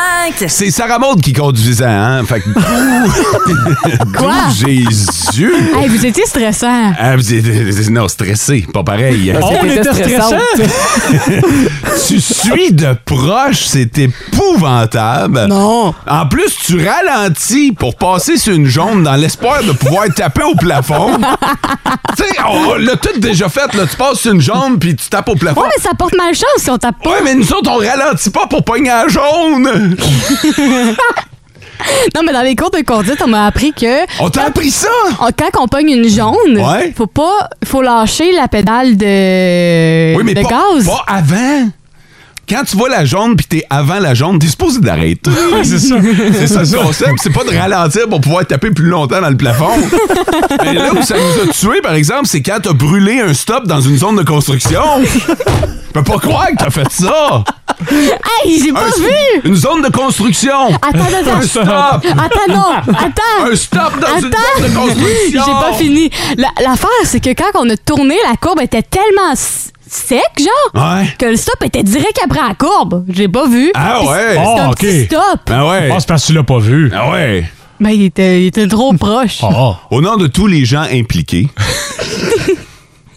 Speaker 2: C'est Sarah Maud qui conduisait, hein? Fait que... D'où
Speaker 4: Quoi?
Speaker 2: Jésus!
Speaker 4: Hey, vous étiez stressant.
Speaker 2: Ah, vous êtes- non, stressé, pas pareil.
Speaker 3: Parce que On t'étais était stressante.
Speaker 2: tu suis de proche, c'est épouvantable.
Speaker 4: Non.
Speaker 2: En plus, tu ralentis pour passer sur une jaune dans l'espoir de pouvoir taper au plafond. tu sais, on l'a tout déjà fait. Là, tu passes sur une jaune puis tu tapes au plafond.
Speaker 4: Ouais, mais ça porte malchance si on tape pas.
Speaker 2: Euh, Ouais, mais nous autres, on ralentit pas pour pogner la jaune.
Speaker 4: Non, mais dans les cours de conduite, on m'a appris que
Speaker 2: On t'a appris ça?
Speaker 4: on- quand on pogne une jaune,
Speaker 2: Ouais.
Speaker 4: faut pas faut lâcher la pédale de,
Speaker 2: Oui, mais
Speaker 4: de
Speaker 2: pas,
Speaker 4: gaz.
Speaker 2: pas avant. Quand tu vois la jaune puis t'es avant la jaune, t'es supposé d'arrêter.
Speaker 3: c'est ça.
Speaker 2: C'est ça le concept. C'est pas de ralentir pour pouvoir taper plus longtemps dans le plafond. Mais là où ça nous a tués, par exemple, c'est quand t'as brûlé un stop dans une zone de construction. Je peux pas croire que t'as fait ça.
Speaker 4: Hey, j'ai pas
Speaker 2: Un-
Speaker 4: vu!
Speaker 2: Une zone de construction.
Speaker 4: Attends,
Speaker 2: Un
Speaker 4: attends.
Speaker 2: stop.
Speaker 4: Attends, non! Attends!
Speaker 2: Un stop dans une zone de
Speaker 4: Attends! J'ai
Speaker 2: construction.
Speaker 4: pas fini. La- L'affaire, c'est que quand on a tourné, la courbe était tellement s- sec, genre,
Speaker 2: Ouais.
Speaker 4: que le stop était direct après la courbe. J'ai pas vu.
Speaker 2: Ah
Speaker 4: Puis c'est-
Speaker 2: ouais.
Speaker 4: C'est
Speaker 3: Ah,
Speaker 4: un
Speaker 3: ok.
Speaker 4: petit stop.
Speaker 2: Ah ouais.
Speaker 3: Ah, c'est parce que tu l'as pas vu.
Speaker 2: Ah ouais.
Speaker 4: Ben, il était, il était trop proche.
Speaker 3: Ah.
Speaker 2: Au nom de tous les gens impliqués,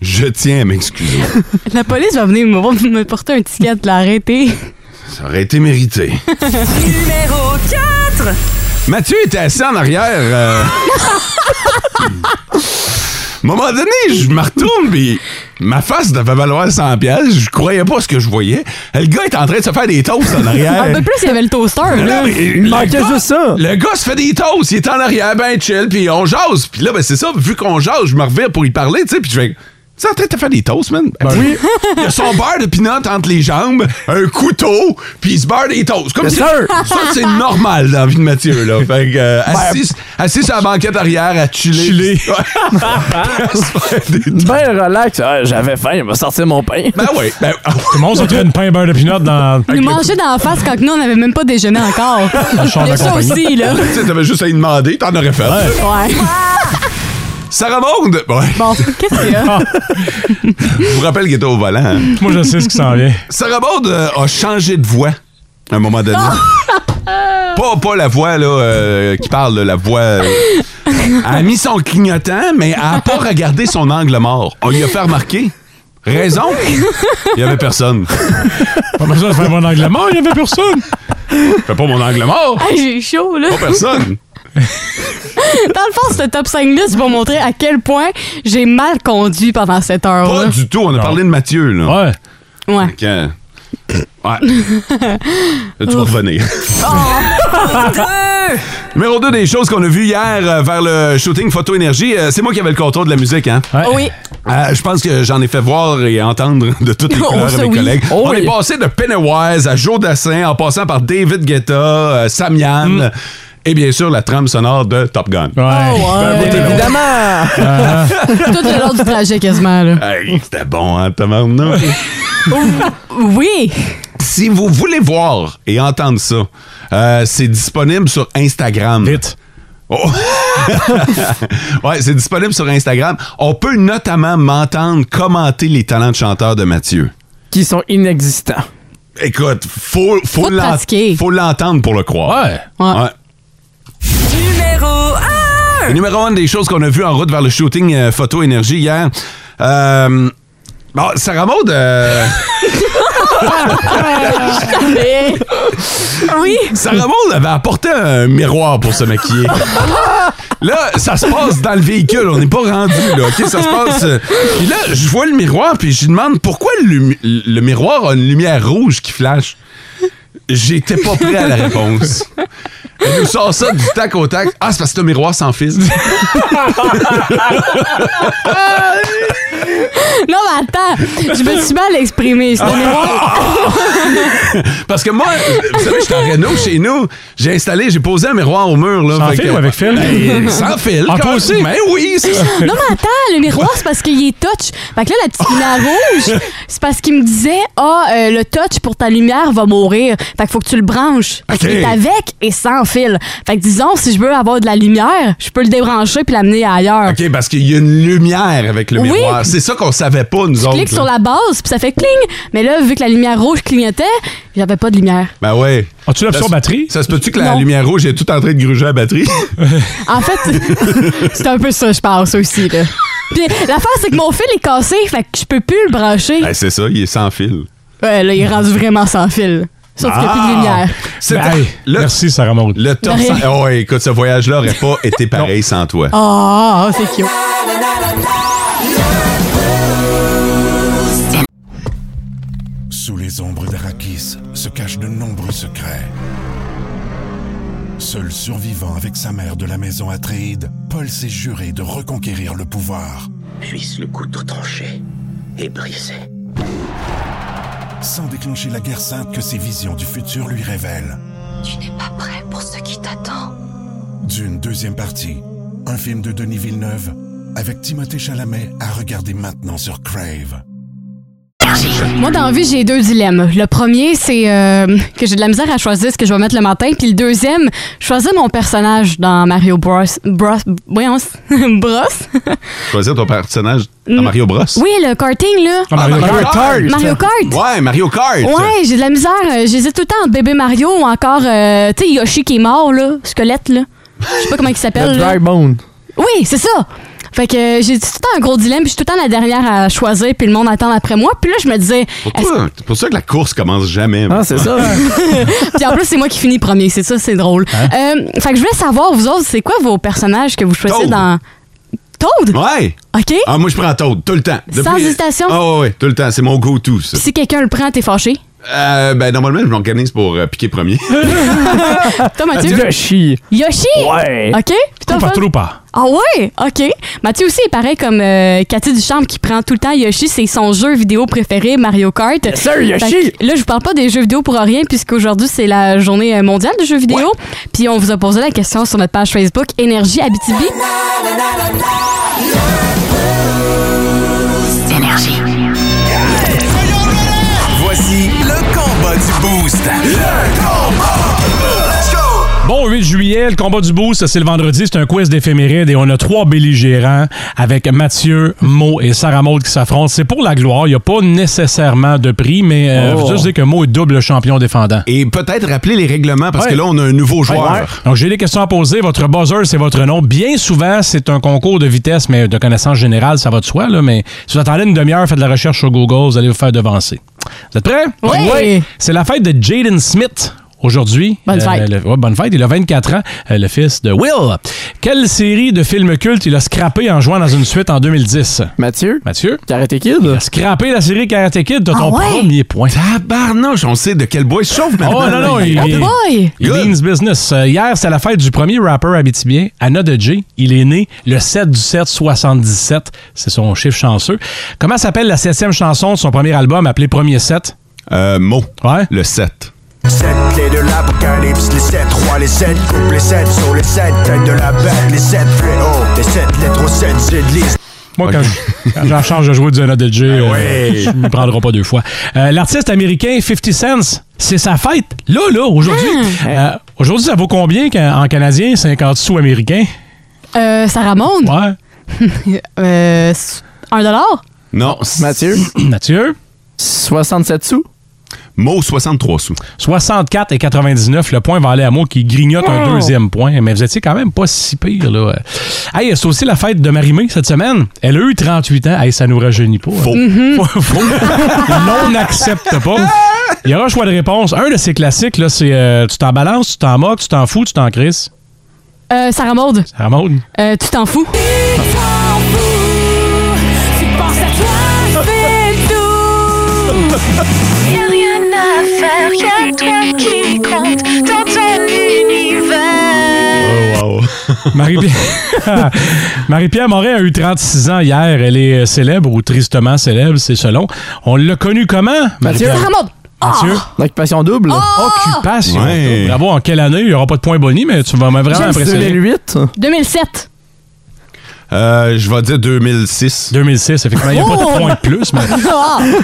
Speaker 2: je tiens à m'excuser.
Speaker 4: La police va venir me, me porter un ticket de l'arrêter.
Speaker 2: Ça aurait été mérité.
Speaker 9: Numéro 4.
Speaker 2: Mathieu était assis en arrière. euh. À un moment donné, je me retourne, puis ma face devait valoir 100 pièces. Je croyais pas ce que je voyais. Le gars est en train de se faire des toasts en arrière.
Speaker 4: Un peu plus, il y avait le toaster, là.
Speaker 2: Là,
Speaker 5: Il manquait
Speaker 2: le gars-
Speaker 5: juste ça.
Speaker 2: Le gars se fait des toasts, il est en arrière, ben chill, puis on jase. Puis là, ben c'est ça, vu qu'on jase, je me revire pour y parler, tu sais, puis je fais... Tu es en train de te faire des toasts, man?
Speaker 5: Ben
Speaker 2: oui. Il a son beurre de pinot entre les jambes, un couteau, puis il se beurre des toasts. Comme
Speaker 5: Yes,
Speaker 2: si-
Speaker 5: sir. Ben,
Speaker 2: Ça, c'est normal dans la vie de Mathieu, là. Fait que, euh, assis, assis sur la banquette arrière à chiller.
Speaker 3: Chiller.
Speaker 2: Ouais. Se faire des toasts.
Speaker 5: Ben relax. Ah, J'avais faim, il m'a sorti mon pain.
Speaker 2: ben oui. Ben, ah ouais.
Speaker 3: Tout le monde s'est trouvé une pain et beurre de pinot dans.
Speaker 4: Nous mangeait d'en face quand que nous, on n'avait même pas déjeuné encore.
Speaker 3: champ
Speaker 4: Il y a
Speaker 3: de
Speaker 4: ça
Speaker 3: compagnie.
Speaker 4: aussi, là.
Speaker 2: Tu sais, t'avais juste à y demander, t'en aurais fait.
Speaker 4: Ouais.
Speaker 2: Sarah Maud, ouais,
Speaker 4: Bon, qu'est-ce qu'il y a?
Speaker 2: je vous rappelle qu'il était au volant. hein.
Speaker 3: Ah. Moi, je sais ce qui s'en vient.
Speaker 2: Sarah Maud euh, a changé de voix à un moment donné.
Speaker 4: Ah!
Speaker 2: pas, pas la voix là, euh, qui parle, là, la voix. euh, elle a mis son clignotant, mais elle n'a pas regardé son angle mort. On lui a fait remarquer. Raison? Il n'y avait personne.
Speaker 3: Pas besoin de faire mon angle mort, il y avait personne.
Speaker 2: Fais pas mon angle mort!
Speaker 4: Ah, j'ai chaud, là.
Speaker 2: Pas personne!
Speaker 4: Dans le fond, ce top 5-là, c'est pour montrer à quel point j'ai mal conduit pendant cette
Speaker 2: Pas
Speaker 4: heure-là.
Speaker 2: du tout, on a parlé de Mathieu, là.
Speaker 3: Ouais.
Speaker 4: Ouais.
Speaker 2: Quand- Ouais. Là, tu vas revenir. Numéro 2 des choses qu'on a vues hier euh, vers le shooting Photo Énergie, euh, c'est moi qui avais le contrôle de la musique, hein?
Speaker 3: Ouais.
Speaker 4: Oui.
Speaker 2: Euh, je pense que j'en ai fait voir et entendre de toutes les
Speaker 4: Oh,
Speaker 2: couleurs
Speaker 4: ça,
Speaker 2: à mes
Speaker 4: oui.
Speaker 2: collègues.
Speaker 5: Oh,
Speaker 2: On
Speaker 5: oui.
Speaker 2: est passé de Pennywise à Joe Dassin en passant par David Guetta, euh, Sam Yann et bien sûr la trame sonore de Top Gun.
Speaker 3: Ouais.
Speaker 4: Oh,
Speaker 5: Bien évidemment.
Speaker 4: Euh, Tout le long du trajet, quasiment, là.
Speaker 2: Hey, c'était bon, hein, tabarnak?
Speaker 4: Oui.
Speaker 2: si vous voulez voir et entendre ça, euh, c'est disponible sur Instagram.
Speaker 3: Vite.
Speaker 2: Oh. ouais, c'est disponible sur Instagram. On peut notamment m'entendre commenter les talents de chanteur de Mathieu.
Speaker 5: Qui sont inexistants.
Speaker 2: Écoute, faut, faut,
Speaker 4: Faut
Speaker 2: l'ent-
Speaker 4: pratiquer.
Speaker 2: faut l'entendre pour le croire.
Speaker 3: Ouais.
Speaker 4: Ouais.
Speaker 9: Numéro 1.
Speaker 2: Le Numéro un des choses qu'on a vues en route vers le shooting euh, photo énergie hier, euh, Bon, Sarah Maud, euh,
Speaker 4: oui.
Speaker 2: Sarah Maud avait apporté un miroir pour se maquiller. Là, ça se passe dans le véhicule. On n'est pas rendu, là. OK? Ça se passe. euh, Puis là, je vois le miroir, puis je demande pourquoi le, lumi- le miroir a une lumière rouge qui flash. J'étais pas prêt à la réponse. Elle nous sort ça du tac au tac. Ah, c'est parce que le miroir sans fils.
Speaker 4: Non, mais attends, je me suis mal exprimée. C'est un miroir.
Speaker 2: Parce que moi, vous savez, je suis en Renault chez nous. J'ai installé, j'ai posé un miroir au mur. Là,
Speaker 3: Sans
Speaker 2: Fait
Speaker 3: fil
Speaker 2: que-
Speaker 3: ou avec fil?
Speaker 2: Ben, sans fil.
Speaker 3: Ah, toi
Speaker 2: quand-
Speaker 3: aussi?
Speaker 2: Ben oui, c'est ça.
Speaker 4: Non, mais attends, le miroir, c'est parce qu'il est touch. Fait que là, la petite lumière rouge, c'est parce qu'il me disait Ah, euh, le touch pour ta lumière va mourir. Fait qu'il faut que tu le branches. Fait
Speaker 2: Ok.
Speaker 4: qu'il est avec et sans fil. Fait que disons, si je veux avoir de la lumière, je peux le débrancher puis l'amener ailleurs.
Speaker 2: OK, parce qu'il y a une lumière avec le
Speaker 4: Oui.
Speaker 2: miroir. C'est ça qu'on savait pas, nous
Speaker 4: Je
Speaker 2: autres.
Speaker 4: clique
Speaker 2: là.
Speaker 4: sur la base puis ça fait cling. Mais là, vu que la lumière rouge clignotait, j'avais pas de lumière.
Speaker 2: Ben ouais.
Speaker 3: As-tu l'option
Speaker 2: Ça se-
Speaker 3: batterie?
Speaker 2: Ça se peut-tu que la
Speaker 4: Non.
Speaker 2: lumière rouge est tout en train de gruger la batterie? Ben,
Speaker 4: En fait, c'est un peu ça, je pense aussi. Là. Puis l'affaire, c'est que mon fil est cassé, fait que je peux plus le brancher.
Speaker 2: ben, c'est ça, il est sans fil.
Speaker 4: Ouais, là, il est rendu vraiment sans fil. Sauf qu'il n'y a plus
Speaker 2: Ah!
Speaker 4: de lumière.
Speaker 2: C'est-
Speaker 3: Ben, hey,
Speaker 2: le,
Speaker 3: Merci, Sarah Maud.
Speaker 2: Le torse.
Speaker 4: rien.
Speaker 2: Oh, ouais, écoute, ce voyage-là aurait pas été pareil sans toi.
Speaker 4: Ah, c'est cute.
Speaker 10: Sous les ombres d'Arakis se cachent de nombreux secrets. Seul survivant avec sa mère de la maison Atréide, Paul s'est juré de reconquérir le pouvoir.
Speaker 11: Puisse le couteau tranché et brisé.
Speaker 10: sans déclencher la guerre sainte que ses visions du futur lui révèlent.
Speaker 8: Tu n'es pas prêt pour ce qui t'attend.
Speaker 10: D'une deuxième partie, un film de Denis Villeneuve avec Timothée Chalamet à regarder maintenant sur Crave.
Speaker 4: Moi, dans la vie, j'ai deux dilemmes. Le premier, c'est euh, que j'ai de la misère à choisir ce que je vais mettre le matin. Puis le deuxième, choisir mon personnage dans Mario Bros. Bros. Voyons, Bros.
Speaker 2: Choisir ton personnage à
Speaker 4: Mm.
Speaker 2: Mario Bros.
Speaker 4: Oui, le karting, là.
Speaker 3: Ah, Mario Kart.
Speaker 4: Mario Kart.
Speaker 2: Ouais, Mario Kart.
Speaker 4: Ouais, j'ai de la misère. Euh, J'hésite tout le temps entre bébé Mario ou encore, euh, tu sais, Yoshi qui est mort, là, squelette, là. Je sais pas comment il
Speaker 5: Le
Speaker 4: s'appelle. là.
Speaker 5: dry bone.
Speaker 4: Oui, c'est ça. Fait que euh, j'ai tout le temps un gros dilemme, puis je suis tout le temps la dernière à choisir, puis le monde attend après moi. Puis là, je me disais, est-ce-
Speaker 2: Pourquoi? C'est pour ça que la course commence jamais.
Speaker 5: Ah, c'est ça.
Speaker 4: puis en plus, c'est moi qui finis premier, c'est ça, c'est drôle.
Speaker 5: Hein?
Speaker 4: Euh, fait que je voulais savoir, vous autres, c'est quoi vos personnages que vous choisissez
Speaker 5: Oh!
Speaker 2: Toad.
Speaker 4: dans. Toad?
Speaker 2: Ouais.
Speaker 4: OK?
Speaker 2: Ah, moi, je prends Toad, tout le temps.
Speaker 4: Sans hésitation?
Speaker 2: Ah, ouais, ouais, tout le temps. C'est mon go-to, ça.
Speaker 4: Puis si quelqu'un le prend, t'es fâché.
Speaker 2: Euh, ben, normalement, je m'organise pour euh, piquer premier.
Speaker 4: Toi, Mathieu?
Speaker 5: Le chi.
Speaker 4: Ah, Yoshi?
Speaker 5: Ouais.
Speaker 4: OK? Puis toi,
Speaker 3: Coupe à
Speaker 4: Fon?
Speaker 3: trop pas.
Speaker 4: Ah ouais? OK. Mathieu aussi est pareil comme euh, Cathy Duchamp qui prend tout le temps Yoshi. C'est son jeu vidéo préféré, Mario Kart.
Speaker 5: sir, Yoshi!
Speaker 4: Fait que Là, je vous parle pas des jeux vidéo pour rien puisqu'aujourd'hui, c'est la journée euh, mondiale du jeu vidéo. Puis on vous a posé la question sur notre page Facebook Énergie Abitibi.
Speaker 6: Voici le combat du Boost. Le combat! Let's go!
Speaker 3: Bon, 8 juillet, le combat du boost, c'est le vendredi, c'est un quiz d'éphéméride et on a trois belligérants avec Mathieu, Mo et Sarah Maud qui s'affrontent. C'est pour la gloire, il n'y a pas nécessairement de prix, mais euh,
Speaker 5: Oh.
Speaker 3: je veux juste dire que Mo est double champion défendant.
Speaker 2: Et peut-être rappeler les règlements parce que
Speaker 3: Ouais.
Speaker 2: là, on a un nouveau joueur.
Speaker 3: Donc, j'ai des questions à poser. Votre buzzer, c'est votre nom. Bien souvent, c'est un concours de vitesse, mais de connaissance générale, ça va de soi. Là, mais si vous attendez une demi-heure, faites de la recherche sur Google, vous allez vous faire devancer. Vous êtes prêts?
Speaker 4: Oui. Oui.
Speaker 3: C'est la fête de Jaden Smith. Aujourd'hui, Euh,
Speaker 4: Bonne fête.
Speaker 3: le- ouais, bonne fête. Il a 24 ans, euh, le fils de Will. Quelle série de films cultes il a scrappé en jouant dans une suite en 2010?
Speaker 5: Mathieu.
Speaker 3: Mathieu?
Speaker 5: Karate Kid.
Speaker 3: Il a scrappé la série Karate Kid, t'as
Speaker 4: Ah
Speaker 3: ton premier point.
Speaker 2: Tabarnouche, on sait de quel bois il se chauffe maintenant.
Speaker 3: Oh non, non, il,
Speaker 4: Oh
Speaker 3: il-
Speaker 4: boy!
Speaker 3: il
Speaker 2: Good.
Speaker 3: means business. Euh, hier, c'était la fête du premier rappeur habitibien, Anna J. Il est né le 7 du 7 77. C'est son chiffre chanceux. Comment s'appelle la septième chanson de son premier album appelé Premier Set?
Speaker 2: Euh, mot.
Speaker 3: Ouais.
Speaker 2: Le 7.
Speaker 6: 7 clés de l'apocalypse, les 7 rois, les 7 couples, les 7 sauts, les 7 têtes de la bête, les 7 fléaux, les 7 lettres aux 7 églises.
Speaker 3: Moi, quand je- quand j'en change de jouer du Anna
Speaker 2: Ben
Speaker 3: J, euh, je ne me prendrai pas deux fois. Euh, L'artiste américain 50 Cent, c'est sa fête. Là, là, aujourd'hui. Euh, aujourd'hui, ça vaut combien qu'en- en canadien? 50 sous américains?
Speaker 4: Euh, Sarah Monde?
Speaker 3: Ouais.
Speaker 4: Euh, s- un dollar?
Speaker 2: Non. c-
Speaker 5: Mathieu.
Speaker 3: Mathieu?
Speaker 5: 67 sous.
Speaker 2: Mo, 63 sous.
Speaker 3: 64 et 99, le point va aller à Mo qui grignote un
Speaker 2: Oh.
Speaker 3: deuxième point. Mais vous étiez quand même pas si pire, là. Hey, c'est aussi la fête de Marimé cette semaine. Elle a eu 38 ans. Hey, ça nous rajeunit pas. Faux. Faux. non, on n'accepte pas. Il y aura un choix de réponse. Un de ces classiques, là, c'est euh, tu t'en balances, tu t'en moques, tu t'en fous, tu t'en crisses.
Speaker 4: Euh, Sarah Maud,
Speaker 3: Ça remonte.
Speaker 4: euh, tu t'en fous?
Speaker 9: Tu penses à toi, fais le tour. Y'a rien à faire, y'a toi qui compte dans ton univers.
Speaker 3: Marie-Pierre Marie-Pierre Morin a eu 36 ans hier. Elle est euh, célèbre ou tristement célèbre, c'est selon. On l'a connue comment,
Speaker 5: Mathieu.
Speaker 3: Marie-Pierre?
Speaker 5: Sarah Maud.
Speaker 3: Mathieu?
Speaker 4: Ah.
Speaker 5: Occupation double.
Speaker 3: Occupation. Bravo, en quelle année? Il n'y aura pas de point boni, mais tu m'as vraiment
Speaker 5: James,
Speaker 3: impressionné.
Speaker 5: 2008.
Speaker 4: 2007.
Speaker 2: Euh, je vais dire 2006.
Speaker 3: 2006, effectivement. Il n'y a pas de
Speaker 4: Oh!
Speaker 3: point de plus, mais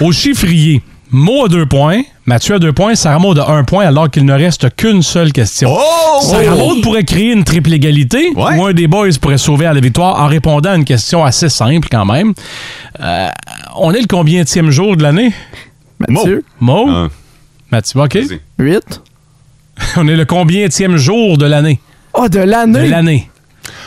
Speaker 3: au chiffrier, Mo a deux points, Mathieu a deux points, Sarah Maud a un point, alors qu'il ne reste qu'une seule question.
Speaker 2: Oh!
Speaker 3: Sarah Maud pourrait créer une triple égalité, ou un des boys pourrait sauver à la victoire en répondant à une question assez simple quand même. Euh, on est le combienième jour de l'année?
Speaker 5: Mathieu.
Speaker 3: Mo?
Speaker 2: Hein.
Speaker 3: Mathieu, OK.
Speaker 5: 8.
Speaker 3: on est le combienième jour de l'année?
Speaker 5: Ah, de
Speaker 3: De
Speaker 5: l'année.
Speaker 3: l'année.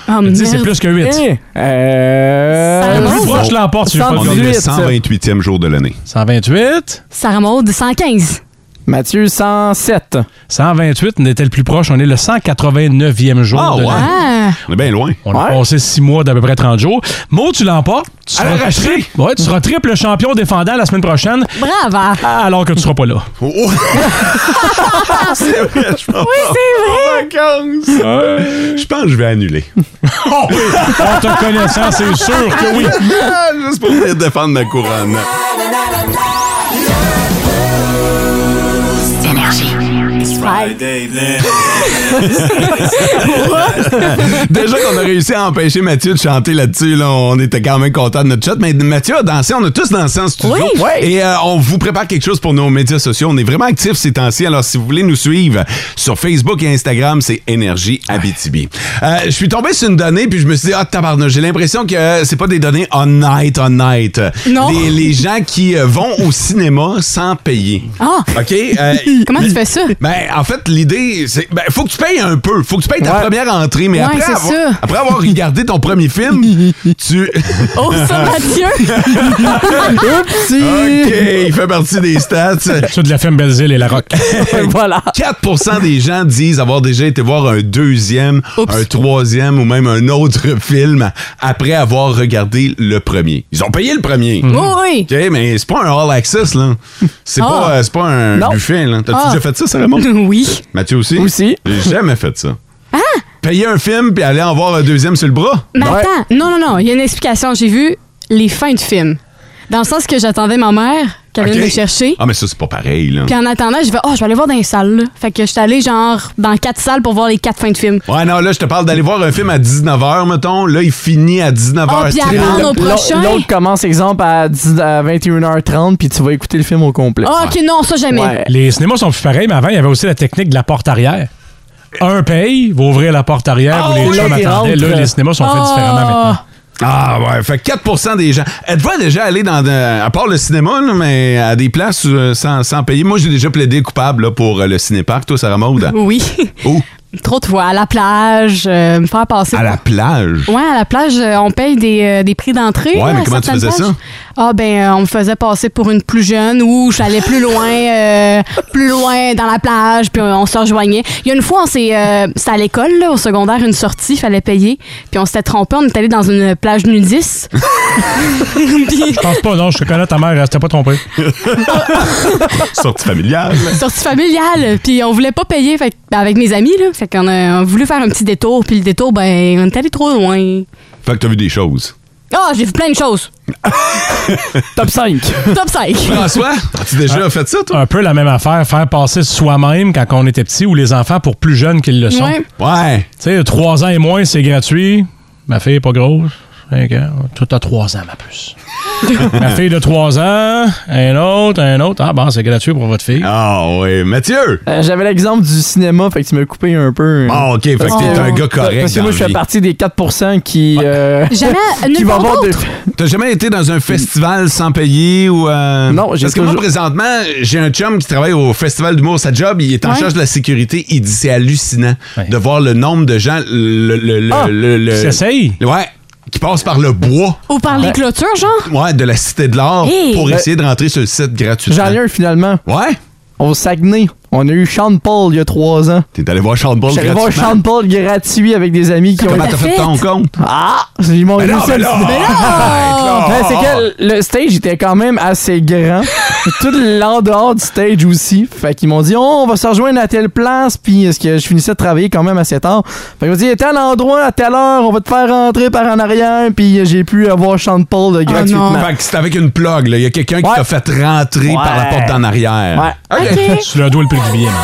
Speaker 4: Oh,
Speaker 3: Tu sais, c'est
Speaker 4: merde.
Speaker 3: plus que 8.
Speaker 5: Eh, Euh...
Speaker 4: Sarah
Speaker 3: Plus
Speaker 4: Maud.
Speaker 3: proche l'emporte, tu veux pas le
Speaker 2: On est
Speaker 3: dire.
Speaker 2: le
Speaker 5: 18.
Speaker 2: 128e jour de l'année.
Speaker 3: 128.
Speaker 4: Sarah Maud, 115.
Speaker 5: Mathieu, 107.
Speaker 3: 128, on était le plus proche. On est le 189e jour.
Speaker 2: Ah,
Speaker 3: de
Speaker 2: ouais.
Speaker 3: l'année.
Speaker 4: Ah!
Speaker 2: On est bien loin.
Speaker 3: On a
Speaker 5: Ouais.
Speaker 3: passé six mois d'à peu près 30 jours. Mo, tu l'emportes. Tu,
Speaker 2: À
Speaker 3: seras
Speaker 2: l'arraché.
Speaker 3: triple- ouais, tu seras triple champion défendant la semaine prochaine,
Speaker 4: Bravo!
Speaker 3: alors que tu seras pas là.
Speaker 2: Oh, oh. c'est vrai, je pense. Oui, c'est vrai. Euh, Je pense que je vais annuler.
Speaker 3: En te connaissant, c'est sûr
Speaker 2: Ah,
Speaker 3: que oui.
Speaker 2: Juste pour venir défendre ma couronne. Déjà qu'on a réussi à empêcher Mathieu de chanter là-dessus, là, on était quand même content de notre chat. Mais Mathieu a dansé, on a tous dansé en studio.
Speaker 4: Oui.
Speaker 5: Ouais.
Speaker 2: Et euh, on vous prépare quelque chose pour nos médias sociaux. On est vraiment actifs ces temps-ci. Alors, si vous voulez nous suivre sur Facebook et Instagram, c'est Énergie Abitibi. Euh, je suis tombé sur une donnée, puis je me suis dit, ah, tabarnak, j'ai l'impression que euh, c'est pas des données on night, on night.
Speaker 4: Non.
Speaker 2: Les, les gens qui euh, vont au cinéma sans payer.
Speaker 4: Ah!
Speaker 2: OK? Euh,
Speaker 4: Comment tu fais ça?
Speaker 2: ben, en fait, l'idée, c'est. Ben, faut que tu payes un peu. Faut que tu payes ta
Speaker 5: Ouais.
Speaker 2: première entrée. Mais
Speaker 4: Ouais,
Speaker 2: après,
Speaker 4: c'est
Speaker 2: avoir,
Speaker 4: ça.
Speaker 2: après avoir regardé ton premier film, tu.
Speaker 4: Oh, ça, Mathieu!
Speaker 5: Oupsie!
Speaker 2: OK, il fait partie des stats.
Speaker 3: Ça de la femme Belzile et la rock.
Speaker 5: voilà.
Speaker 2: 4 des gens disent avoir déjà été voir un deuxième,
Speaker 4: Oups.
Speaker 2: un troisième ou même un autre film après avoir regardé le premier. Ils ont payé le premier.
Speaker 4: Oh, oui!
Speaker 2: OK, mais c'est pas un all access, là. C'est
Speaker 4: Ah.
Speaker 2: pas, euh, c'est pas un
Speaker 5: Non.
Speaker 2: buffet, là. T'as-tu
Speaker 4: Ah.
Speaker 2: déjà fait ça, Sarah Maud?
Speaker 4: Oui. Ah!
Speaker 2: Mathieu aussi?
Speaker 5: Aussi.
Speaker 2: J'ai jamais fait ça. Payer un film puis aller en voir un deuxième sur le bras?
Speaker 4: Mais
Speaker 5: Ouais.
Speaker 4: attends, non, non, non, il y a une explication. J'ai vu les fins de film. Dans le sens que j'attendais ma mère qui allait
Speaker 2: OK.
Speaker 4: me chercher.
Speaker 2: Ah, mais ça, c'est pas pareil, là.
Speaker 4: Puis en attendant, je vais, oh, je vais aller voir dans les salles. Là. Fait que je suis allée genre dans quatre salles pour voir les quatre fins de film.
Speaker 2: Ouais, non, là, je te parle d'aller voir un film à 19h, mettons. Là, il finit à 19h.
Speaker 4: Ah, puis attendre au
Speaker 5: L'au-
Speaker 4: prochain.
Speaker 5: L'autre commence, exemple, à, 10 à 21h30, puis tu vas écouter le film au complet.
Speaker 4: Ah, ok, non, ça jamais.
Speaker 5: Ouais.
Speaker 3: Les cinémas sont plus pareils, mais avant, il y avait aussi la technique de la porte arrière. Un paye, vous ouvrez la porte arrière, vous les
Speaker 5: oui,
Speaker 3: gens
Speaker 5: l'autre, il
Speaker 3: attendaient. Là,
Speaker 5: rentre.
Speaker 3: les cinémas sont faits
Speaker 4: Oh.
Speaker 3: différemment maintenant.
Speaker 2: Ah, ouais, fait 4 des gens. Êtes-vous déjà allé dans, de- à part le cinéma, là, mais à des places euh, sans, sans payer? Moi, j'ai déjà plaidé coupable là, pour euh, le cinéparc, toi, Sarah Maud.
Speaker 4: Oui.
Speaker 2: Où?
Speaker 4: Trop de fois. À la plage, euh, me faire passer.
Speaker 2: À la plage.
Speaker 4: Ouais, à la plage, euh, on paye des, euh, des prix d'entrée.
Speaker 2: Ouais,
Speaker 4: là,
Speaker 2: mais
Speaker 4: à
Speaker 2: comment tu
Speaker 4: certaines
Speaker 2: faisais
Speaker 4: plages.
Speaker 2: ça?
Speaker 4: Ah, ben, euh, on me faisait passer pour une plus jeune ou j'allais plus loin, euh, plus loin dans la plage, puis euh, on se rejoignait. Il y a une fois, on s'est, euh, c'était à l'école, là, au secondaire, une sortie, fallait payer. Puis on s'était trompé, on est allé dans une plage nudiste. puis,
Speaker 3: Je pense pas, non, je te connais, ta mère, elle s'était pas trompée.
Speaker 2: Sortie familiale.
Speaker 4: sortie familiale, puis on voulait pas payer fait, que- ben, avec mes amis, là. Fait qu'on a, on a voulu faire un petit détour, puis le détour, ben, on est allé trop loin.
Speaker 2: Fait que t'as vu des choses.
Speaker 4: Ah, j'ai vu plein de choses.
Speaker 5: Top 5.
Speaker 4: Top 5.
Speaker 2: François, as-tu déjà fait ça, toi?
Speaker 3: Un peu la même affaire, faire passer soi-même quand on était petit ou les enfants pour plus jeunes qu'ils le sont.
Speaker 4: Ouais.
Speaker 2: Ouais.
Speaker 3: Tu sais, 3 ans et moins, c'est gratuit. Ma fille est pas grosse. Fait que, tout à trois ans, ma puce. ma fille de trois ans, un autre, un autre. Ah, bon, c'est gratuit pour votre fille.
Speaker 2: Ah, oui. Mathieu!
Speaker 5: Euh, J'avais l'exemple du cinéma, fait que tu m'as coupé un peu. hein. Euh,
Speaker 2: Ah, OK, fait que
Speaker 5: Parce
Speaker 2: t'es un gars correct
Speaker 5: Parce que
Speaker 2: dans
Speaker 5: moi,
Speaker 2: la
Speaker 5: je fais
Speaker 2: vie.
Speaker 5: partie des 4 qui. euh,
Speaker 4: Jamais,
Speaker 5: qui
Speaker 4: nulle
Speaker 5: vont
Speaker 4: part
Speaker 5: avoir des-
Speaker 4: d'autre.
Speaker 2: T'as jamais été dans un festival sans payer ou. euh,
Speaker 5: Non, j'ai
Speaker 2: Parce que moi,
Speaker 5: toujours-
Speaker 2: présentement, j'ai un chum qui travaille au Festival d'humour. Sa job, il est en
Speaker 4: Ouais.
Speaker 2: charge de la sécurité. Il dit c'est hallucinant de voir le nombre de gens. Le, le, le,
Speaker 3: Ah,
Speaker 2: le- le-
Speaker 3: qui s'essayent.
Speaker 2: Ouais, qui passent par le bois
Speaker 4: Ou par les clôtures, genre.
Speaker 2: ouais, de la Cité de l'Art
Speaker 4: Hey.
Speaker 2: pour
Speaker 4: Ben-
Speaker 2: essayer de rentrer sur le site gratuitement.
Speaker 5: J'en ai un finalement.
Speaker 2: Ouais?
Speaker 5: Au Saguenay, on a eu Sean Paul il y a 3 ans.
Speaker 2: T'es allé voir Sean Paul
Speaker 5: J'allais voir
Speaker 2: gratuitement?
Speaker 5: Sean Paul gratuit avec des amis qui ont
Speaker 2: Comment t'as fait ton compte?
Speaker 5: Ah! Ils m'ont
Speaker 2: non,
Speaker 5: réussi à
Speaker 2: mais
Speaker 5: le
Speaker 2: là!
Speaker 5: filmer.
Speaker 2: Ah,
Speaker 5: Ben,
Speaker 2: Claude!
Speaker 5: c'est que le stage était quand même assez grand. Tout l'en dehors du stage aussi. Fait qu'ils m'ont dit, Oh, on va se rejoindre à telle place. Puis, est-ce que je finissais de travailler quand même assez tard? Fait qu'ils m'ont dit, tel endroit, à telle heure, on va te faire rentrer par en arrière. Puis, euh, j'ai pu avoir Sean Paul
Speaker 4: Ah,
Speaker 5: euh, gratuitement.
Speaker 2: Fait que c'est avec une plug, là. Il y a quelqu'un qui
Speaker 5: Ouais.
Speaker 2: t'a fait rentrer par la
Speaker 5: Ouais.
Speaker 2: porte en arrière.
Speaker 5: Ouais.
Speaker 2: OK.
Speaker 3: Tu leur dois le prix du billet, man.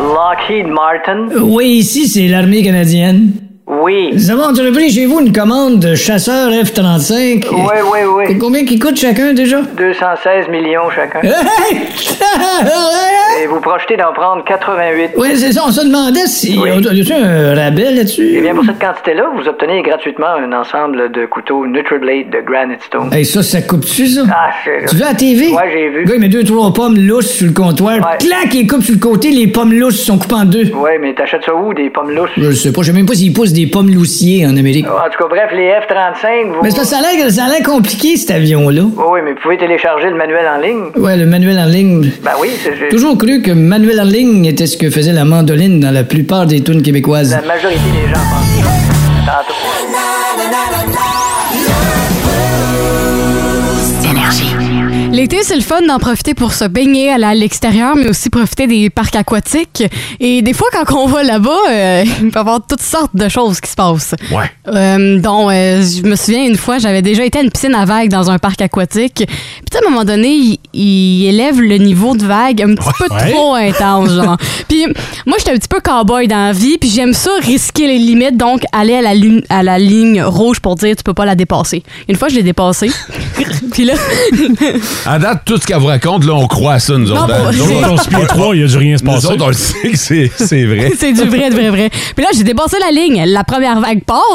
Speaker 12: Lockheed Martin?
Speaker 7: Oui, ici, c'est l'armée canadienne.
Speaker 12: Oui.
Speaker 7: Nous avons entrepris chez vous une commande de chasseurs F-35.
Speaker 12: Oui, oui,
Speaker 7: Et
Speaker 12: oui.
Speaker 7: combien qui coûte chacun déjà?
Speaker 12: 216 millions chacun. Et vous projetez d'en prendre 88.
Speaker 7: oui, c'est ça, on se demandait si.
Speaker 12: Oui.
Speaker 7: on Y a-tu un rabais
Speaker 12: Eh
Speaker 7: là-dessus?
Speaker 12: bien, pour cette quantité-là, vous obtenez gratuitement un ensemble de couteaux NutriBlade de Granite Stone.
Speaker 7: Hey, ça, ça coupe-tu, ça?
Speaker 12: Ah, c'est...
Speaker 7: Tu veux à la TV?
Speaker 12: Ouais, j'ai vu.
Speaker 7: Le gars, il met deux, trois pommes lousses sur le comptoir.
Speaker 12: Ouais.
Speaker 7: Clac, il coupe sur le côté, les pommes lousses sont coupées en deux.
Speaker 12: Ouais, mais t'achètes ça où, des pommes lousses?
Speaker 7: Je sais pas, je sais même pas s'ils poussent des pommes loussiers en Amérique.
Speaker 12: En tout cas, bref, les F-35, vous...
Speaker 7: Mais c'est parce que ça a l'air, ça a l'air compliqué, cet avion-là.
Speaker 12: Oh, oui, mais vous pouvez télécharger le manuel en ligne.
Speaker 7: Ouais, le manuel en ligne.
Speaker 12: Ben oui, c'est... c'est-
Speaker 7: Toujours cru que manuel en ligne était ce que faisait la mandoline dans la plupart des tunes québécoises.
Speaker 12: La majorité des gens pensent ça. Tantôt.
Speaker 4: L'été, c'est le fun d'en profiter pour se baigner, aller à l'extérieur, mais aussi profiter des parcs aquatiques. Et des fois, quand on va là-bas, euh, il peut y avoir toutes sortes de choses qui se passent.
Speaker 2: Ouais.
Speaker 4: Euh, donc, euh, je me souviens une fois, j'avais déjà été à une piscine à vagues dans un parc aquatique. Puis, à un moment donné, il, il élève le niveau de vague un petit peu
Speaker 3: Ouais.
Speaker 4: trop intense, genre. Puis, moi, j'étais un petit peu cowboy dans la vie, puis j'aime ça risquer les limites, donc aller à la, lune- à la ligne rouge pour dire tu peux pas la dépasser. Une fois, je l'ai dépassée. puis là,
Speaker 2: À date, tout ce qu'elle vous raconte, là, on croit à ça, nous
Speaker 4: Non,
Speaker 2: autres. hein.
Speaker 4: pas-
Speaker 2: Nous
Speaker 3: Nous
Speaker 2: autres,
Speaker 3: autres, on se pied trois, il a dû rien se
Speaker 2: on- nous
Speaker 3: passer.
Speaker 2: autres, on le sait que c'est c'est vrai.
Speaker 4: C'est du vrai, du vrai, vrai. Puis là, j'ai dépassé la ligne. La première vague part.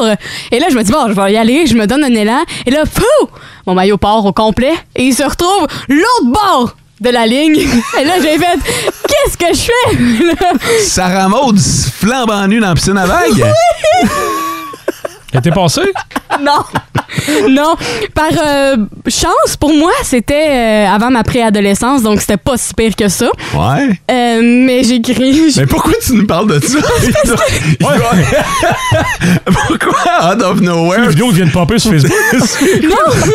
Speaker 4: Et là, je me dis, bon, je vais y aller. Je me donne un élan. Et là, pou! Mon maillot part au complet. Et il se retrouve l'autre bord de la ligne. Et là, j'ai fait, qu'est-ce que je fais? Là,
Speaker 2: Sarah Maud se flambe en nu dans la piscine à vagues.
Speaker 3: Elle était passé?
Speaker 4: non. Non. Par euh, chance, pour moi, c'était euh, avant ma préadolescence. Donc, c'était pas si pire que ça.
Speaker 2: Ouais.
Speaker 4: Euh, mais j'ai crié. j'ai-
Speaker 2: Mais pourquoi tu nous parles de ça? Il doit- il doit- pourquoi, out of
Speaker 3: Les
Speaker 2: nowhere,
Speaker 3: vidéos viennent popper sur Facebook.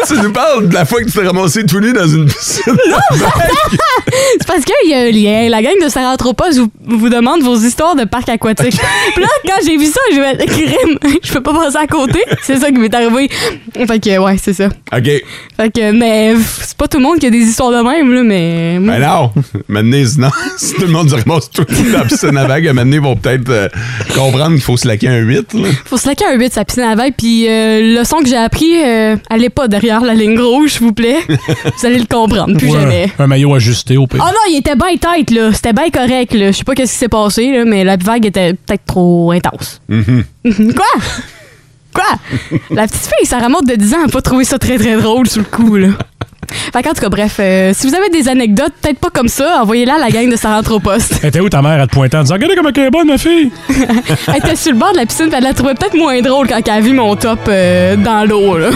Speaker 2: tu nous parles de la fois que tu t'es ramassé tout nu dans une piscine?
Speaker 4: C'est parce qu'il y a un lien. La gang de Saranthropos vous, vous demande vos histoires de parcs aquatiques. Puis là, quand j'ai vu ça, j'ai fait crime. Je peux pas passer à côté. C'est ça qui m'est arrivé. Fait que, ouais, c'est ça.
Speaker 2: OK.
Speaker 4: Fait que, mais pff, c'est pas tout le monde qui a des histoires de même, là, mais. moi-
Speaker 2: Ben non. Maintenant, c'est- non. Si tout le monde se ramasse tout nu dans la piscine à vagues, maintenant, ils vont peut-être euh, comprendre qu'il faut se laquer un 8. là.
Speaker 4: Faut se laquer un 8 sa piscine à vague. Puis euh, le son que j'ai appris, euh, allez pas derrière la ligne rouge, s'il vous plaît. vous allez le comprendre, plus
Speaker 3: Ouais,
Speaker 4: jamais.
Speaker 3: Un maillot ajusté au pays.
Speaker 4: Oh non, il était bien tight, là. C'était bien correct, là. Je sais pas qu'est-ce qui s'est passé, là, mais la vague était peut-être trop intense.
Speaker 2: Mhm.
Speaker 4: Mhm. Quoi? Quoi? La petite fille, ça remonte de 10 ans, a pas trouvé ça très, très drôle sous le coup, là. Fait qu'en tout cas, bref, euh, si vous avez des anecdotes, peut-être pas comme ça, envoyez-la à la gang de Saranthropost.
Speaker 3: Elle était où ta mère à te pointer en disant Regardez comme elle est bonne, ma fille
Speaker 4: elle était sur le bord de la piscine, puis elle la trouvait peut-être moins drôle quand elle a vu mon top euh, dans l'eau, là.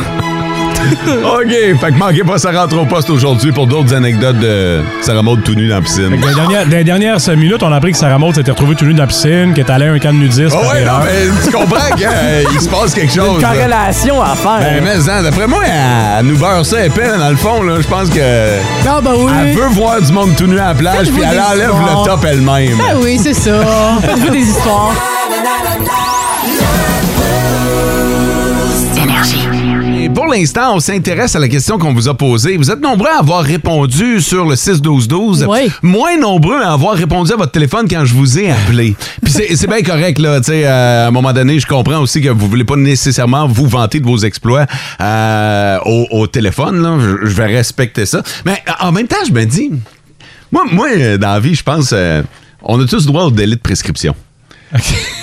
Speaker 2: OK. Fait que manquez pas, ça rentre au poste aujourd'hui pour d'autres anecdotes de Sarah Maud tout nu dans la piscine.
Speaker 3: Dans les dernières, dans les dernières cinq minutes, on a appris que Sarah Maud s'était retrouvée tout nue dans la piscine, qu'elle allait à un camp de nudistes.
Speaker 2: Ah
Speaker 3: par
Speaker 2: ouais, non,
Speaker 3: erreur.
Speaker 2: mais tu comprends qu'il se passe quelque chose. là.
Speaker 5: Corrélation à
Speaker 2: Ben,
Speaker 5: faire.
Speaker 2: mais hein, d'après moi, elle nous beurre ça épais, là, dans le fond, là. Je pense que.
Speaker 4: Ah, bah oui.
Speaker 2: Elle veut voir du monde tout nu à la plage,
Speaker 4: Faites-vous
Speaker 2: puis elle
Speaker 4: des
Speaker 2: enlève
Speaker 4: histoires.
Speaker 2: le top elle-même.
Speaker 4: Ah oui, c'est ça. Faites-vous des histoires.
Speaker 9: Énergie.
Speaker 2: Et pour l'instant, on s'intéresse à la question qu'on vous a posée. Vous êtes nombreux à avoir répondu sur le 6-12-12. Moins nombreux à avoir répondu à votre téléphone quand je vous ai appelé. Puis c'est c'est bien correct, là. Tu sais, euh, à un moment donné, je comprends aussi que vous voulez pas nécessairement vous vanter de vos exploits euh, au, au téléphone, là. Je, je vais respecter ça. Mais en même temps, je me dis, moi, moi euh, dans la vie, je pense, euh, on a tous droit au délai de prescription.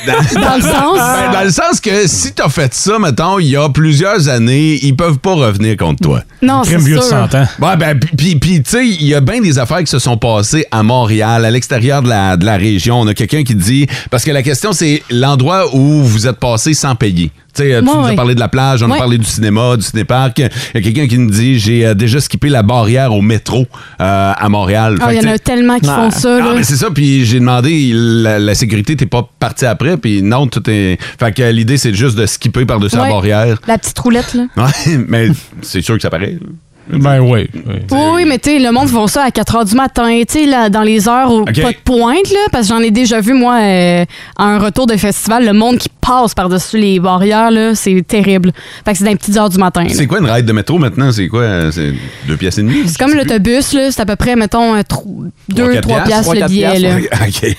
Speaker 2: Dans,
Speaker 9: Dans le sens?
Speaker 2: Ben, dans le sens que si t'as fait ça, mettons, il y a plusieurs années, ils peuvent pas revenir contre toi.
Speaker 4: Non, Crime c'est vieux de sûr. 100
Speaker 2: ans. Ben, ben, puis- puis, puis, tu sais, il y a bien des affaires qui se sont passées à Montréal, à l'extérieur de la, de la région. On a quelqu'un qui dit... Parce que la question, c'est l'endroit où vous êtes passé sans payer. Tu sais, tu
Speaker 9: Ouais,
Speaker 2: nous as
Speaker 9: ouais.
Speaker 2: parlé de la plage, on a
Speaker 9: Ouais.
Speaker 2: parlé du cinéma, du cinéparc. Il y a quelqu'un qui nous dit, j'ai euh, déjà skippé la barrière au métro euh, à Montréal.
Speaker 4: Ah,
Speaker 2: Fait
Speaker 4: il y
Speaker 2: que,
Speaker 4: en a
Speaker 2: tu sais-
Speaker 4: tellement qui font ça,
Speaker 2: Ah,
Speaker 4: là.
Speaker 2: mais c'est ça, puis j'ai demandé, la, la sécurité, t'es pas parti après, puis non, tout est... Fait que l'idée, c'est juste de skipper par-dessus
Speaker 4: Ouais.
Speaker 2: la barrière.
Speaker 4: La petite roulette, là.
Speaker 2: Ouais, mais c'est sûr que ça paraît.
Speaker 3: Ben oui.
Speaker 4: Oui, oui, mais tu sais, le monde font ça à 4 h du matin, tu sais, là, dans les heures où
Speaker 2: Ok.
Speaker 4: pas de pointe, là, parce que j'en ai déjà vu, moi, euh, à un retour de festival, le monde qui passe par-dessus les barrières, là, c'est terrible. Fait que c'est dans les petites heures du matin. là.
Speaker 2: C'est quoi une ride de métro maintenant? C'est quoi? euh, C'est deux pièces et demie?
Speaker 4: C'est comme l'autobus, là, c'est à peu près, mettons, euh, 2-3
Speaker 2: quatre
Speaker 4: piastres le billet, là.
Speaker 2: OK.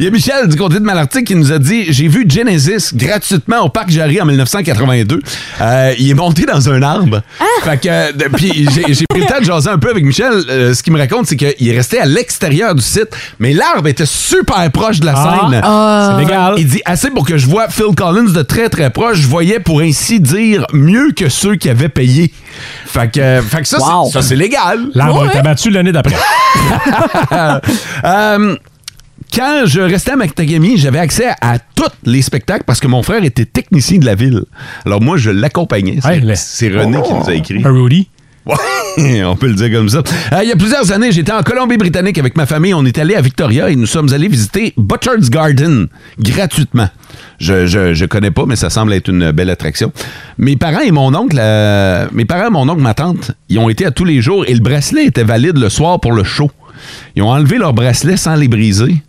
Speaker 2: Il y a Michel du côté de Malartic qui nous a dit J'ai vu Genesis gratuitement au Parc Jarry en 1982. Euh, il est monté dans un arbre. Fait que, euh, de- puis j'ai j'ai pris le temps de jaser un peu avec Michel. Euh, ce qu'il me raconte, c'est qu'il est resté à l'extérieur du site, mais l'arbre était super proche de la
Speaker 9: Ah.
Speaker 2: scène.
Speaker 9: Ah. C'est légal.
Speaker 2: Il dit assez pour que je vois Phil Collins de très très proche. Je voyais pour ainsi dire mieux que ceux qui avaient payé. Fait que, euh, fait que ça,
Speaker 3: Wow.
Speaker 2: c'est- ça, c'est légal.
Speaker 3: L'arbre
Speaker 2: Ouais.
Speaker 3: a été abattu l'année d'après.
Speaker 2: Euh, quand je restais à Mactagami, j'avais accès à tous les spectacles parce que mon frère était technicien de la ville. Alors moi, je l'accompagnais. C'est- C'est René qui nous a écrit.
Speaker 3: Rudy?
Speaker 2: Ouais, on peut le dire comme ça. Euh, il y a plusieurs années, j'étais en Colombie-Britannique avec ma famille. On est allé à Victoria et nous sommes allés visiter Butcher's Garden gratuitement. Je, je, je connais pas, mais ça semble être une belle attraction. Mes parents et mon oncle, euh, mes parents, mon oncle, ma tante, ils ont été à tous les jours et le bracelet était valide le soir pour le show. Ils ont enlevé leur bracelet sans les briser.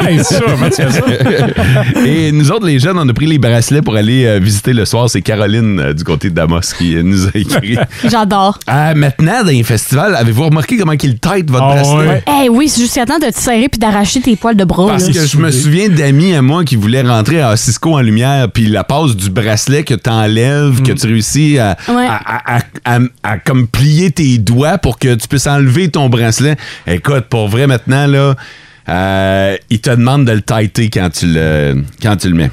Speaker 3: Hey, ça, comment tu fais ça?
Speaker 2: Et nous autres, les jeunes, on a pris les bracelets pour aller euh, visiter le soir. C'est Caroline euh, du côté de Damas qui euh, nous a écrit.
Speaker 4: J'adore.
Speaker 2: Euh, maintenant, dans les festivals, avez-vous remarqué comment qu'il tête votre
Speaker 3: Ah,
Speaker 2: bracelet?
Speaker 4: Eh oui, c'est juste temps de te serrer puis d'arracher tes poils de bras.
Speaker 2: Parce
Speaker 4: là.
Speaker 2: que je me souviens d'amis à moi qui voulaient rentrer à Cisco en lumière, puis la passe du bracelet que t'enlèves,
Speaker 4: Mm.
Speaker 2: que tu réussis à,
Speaker 4: Ouais.
Speaker 2: à- à- à- à- à comme plier tes doigts pour que tu puisses enlever ton bracelet. Écoute, pour vrai, maintenant, là, euh, ils te demandent de le tighter quand tu le, quand tu le mets.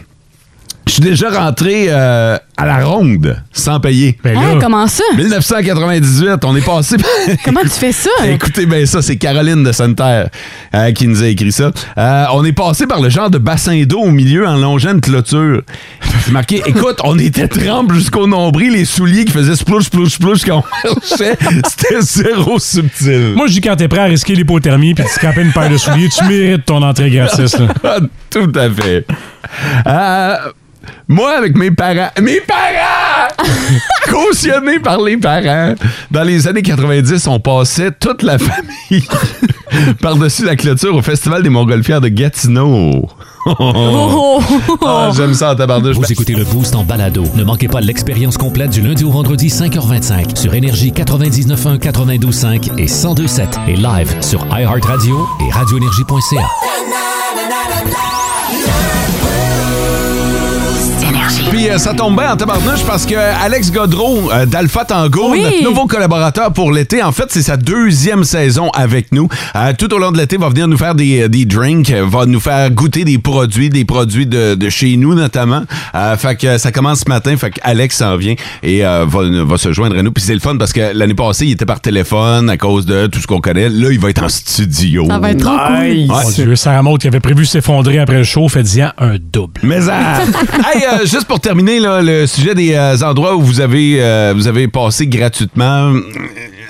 Speaker 2: Je suis déjà rentré euh, à la ronde sans payer.
Speaker 4: Hein, là. comment ça?
Speaker 2: 1998, on est passé.
Speaker 4: comment tu fais ça?
Speaker 2: Écoutez bien ça, c'est Caroline de Santerre euh, qui nous a écrit ça. Euh, on est passé par le genre de bassin d'eau au milieu en longeant une clôture. C'est marqué, écoute, on était tremble jusqu'au nombril, les souliers qui faisaient splouche, splouche, splouche quand on marchait. C'était zéro subtil.
Speaker 3: Moi, je dis quand t'es prêt à risquer l'hypothermie puis de scraper une paire de souliers, tu mérites ton entrée gratis. là.
Speaker 2: Ah, Tout à fait. Euh, moi, avec mes parents. Mes parents! Cautionnés par les parents. Dans les années 90, on passait toute la famille par-dessus la clôture au Festival des Montgolfières de Gatineau.
Speaker 1: Oh!
Speaker 2: Ah, J'aime ça en tabarnouche.
Speaker 1: Vous écoutez le Boost en balado. Ne manquez pas l'expérience complète du lundi au vendredi 5h25 sur Énergie 99.1, 92.5 et 102.7 et live sur iHeartRadio et radioénergie.ca.
Speaker 2: Puis euh, ça tombe bien en tabarnouche parce que Alex Godreau euh, d'Alpha Tango,
Speaker 9: Oui.
Speaker 2: notre nouveau collaborateur pour l'été, en fait, c'est sa deuxième saison avec nous. Euh, tout au long de l'été, va venir nous faire des, euh, des drinks, euh, va nous faire goûter des produits, des produits de, de chez nous notamment. Euh, fait que euh, ça commence ce matin, fait que Alex s'en vient et euh, va, va se joindre à nous. Puis c'est le fun parce que l'année passée, il était par téléphone à cause de tout ce qu'on connaît. Là, il va être en studio.
Speaker 3: Ça va être trop
Speaker 2: Ouais.
Speaker 3: Mon Dieu, Sarah Maud qui avait prévu s'effondrer après le show, faites-y un double.
Speaker 2: Mais ça- hey, euh, juste pour terminer là, le sujet des euh, endroits où vous avez euh, vous avez passé gratuitement euh,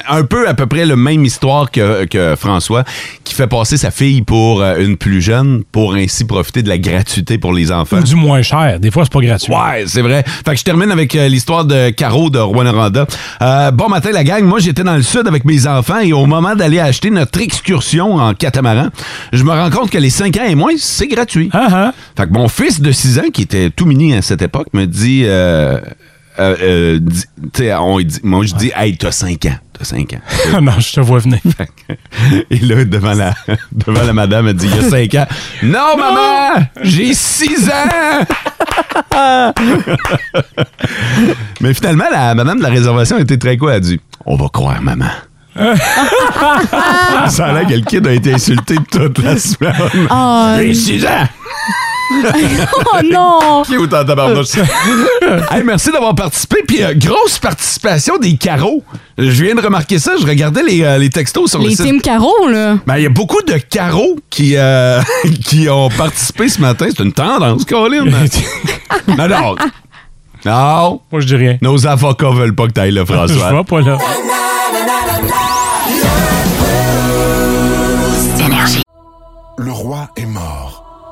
Speaker 2: un peu à peu près le même histoire que, que François qui fait passer sa fille pour euh, une plus jeune pour ainsi profiter de la gratuité pour les enfants.
Speaker 3: Ou du moins cher. Des fois, c'est pas gratuit.
Speaker 2: Ouais, c'est vrai. Fait que je termine avec euh, l'histoire de Caro de Rwanda. bon matin, la gang. Moi, j'étais dans le sud avec mes enfants et au moment d'aller acheter notre excursion en catamaran, je me rends compte que les 5 ans et moins, c'est gratuit. Fait que mon fils de 6 ans, qui était tout mini à cette époque, me dit... euh, euh, euh, di- tu sais, on dit- moi, je dis, hey, t'as 5 ans. T'as 5 ans.
Speaker 3: Ah non, je te vois venir.
Speaker 2: Et là, devant la, devant la madame, elle dit, il y a 5 ans. Non, maman! J'ai 6 ans! Mais finalement, la madame de la réservation était très quoi? Elle a dit, on va croire, maman. Ça a l'air que le kid a été insulté toute la semaine.
Speaker 4: euh.
Speaker 9: Ah,
Speaker 2: J'ai
Speaker 9: oui.
Speaker 2: 6 ans!
Speaker 9: oh non!
Speaker 2: Qui est autant tabarnouche? hey, merci d'avoir participé. Puis, euh, grosse participation des carreaux. Je viens de remarquer ça. Je regardais les, euh, les textos sur le
Speaker 4: Les
Speaker 2: site.
Speaker 4: Team Caro, là.
Speaker 2: Ben, il y a beaucoup de carreaux qui, euh, qui ont participé ce matin. C'est une tendance, Colin. non, non. Non.
Speaker 3: Moi, je dis rien.
Speaker 2: Nos avocats veulent pas que t'ailles là, François.
Speaker 3: Je vais pas là.
Speaker 10: Le roi est mort,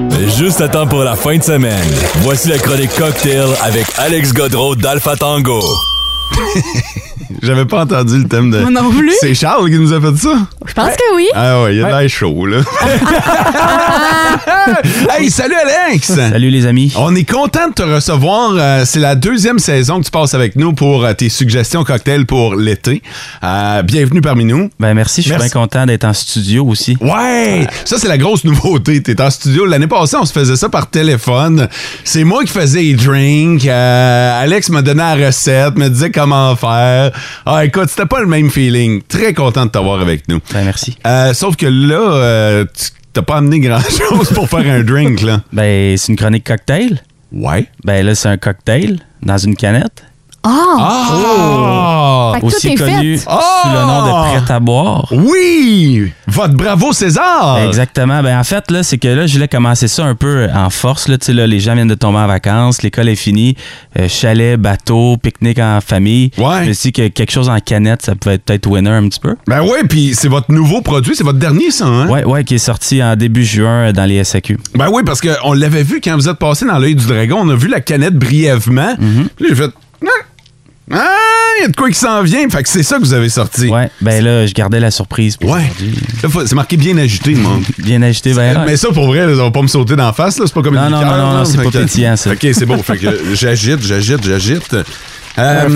Speaker 13: Juste à temps pour la fin de semaine. Voici la chronique cocktail avec Alex Godreau d'Alpha Tango.
Speaker 3: Euh,
Speaker 2: J'avais pas entendu le thème de.
Speaker 13: Moi non plus.
Speaker 2: C'est Charles qui nous a fait ça?
Speaker 4: Je pense que oui.
Speaker 2: Ah ouais, il y a de l'air chaud, là. hey, salut Alex! Salut
Speaker 14: les amis.
Speaker 2: On est content de te recevoir. Euh, c'est la deuxième saison que tu passes avec nous pour euh, tes suggestions cocktails pour l'été. Euh, bienvenue parmi nous.
Speaker 14: Ben merci, je suis bien content d'être en studio aussi. Euh,
Speaker 2: Ouais! Ça, c'est la grosse nouveauté. T'es en studio. L'année passée, on se faisait ça par téléphone. C'est moi qui faisais les drinks. Euh, Alex me donnait la recette, me disait comment faire. Ah, écoute, c'était pas le même feeling. Très content de t'avoir avec nous.
Speaker 14: Ben merci.
Speaker 2: sauf que là, euh, tu t'as pas amené grand-chose pour faire un drink, là.
Speaker 14: Ben, c'est une chronique cocktail.
Speaker 2: Ouais.
Speaker 14: Ben là, c'est un cocktail dans une canette.
Speaker 4: Oh!
Speaker 14: Oh!
Speaker 2: Ah.
Speaker 4: Fait que tout
Speaker 14: Aussi
Speaker 4: est
Speaker 14: connu
Speaker 4: fait.
Speaker 14: sous le nom de prêt à boire.
Speaker 2: Oui! Votre bravo César!
Speaker 14: Exactement. Ben en fait, là, c'est que là, je voulais commencer ça un peu en force. Là. Tu sais, là, les gens viennent de tomber en vacances, l'école est finie, euh, chalet, bateau, pique-nique en famille. Ouais. Je me suis dit que quelque chose en canette, ça pouvait être peut-être winner un petit peu.
Speaker 2: Ben ouais, puis c'est votre nouveau produit, c'est votre dernier, ça, hein?
Speaker 14: Ouais, ouais, qui est sorti en début juin euh, dans les SAQ.
Speaker 2: Ben oui, parce qu'on l'avait vu quand vous êtes passé dans l'œil du dragon, on a vu la canette brièvement.
Speaker 14: Mhm.
Speaker 2: Puis là, j'ai fait. Ah, ah, il y a de quoi qui s'en vient. Fait que c'est ça que vous avez sorti.
Speaker 14: Ouais, ben là, je gardais la surprise.
Speaker 2: ouais. Là, faut- c'est marqué bien agité, moi.
Speaker 14: bien agité, ben.
Speaker 2: Mais ça, pour vrai, là, on va pas me sauter d'en face, là. C'est pas comme
Speaker 14: Non,
Speaker 2: une
Speaker 14: non,
Speaker 2: liqueur,
Speaker 14: non, non,
Speaker 2: là.
Speaker 14: c'est
Speaker 2: Fait
Speaker 14: pas
Speaker 2: que-
Speaker 14: pétillant, ça.
Speaker 2: OK, c'est beau. Fait que j'agite, j'agite, j'agite. Euh,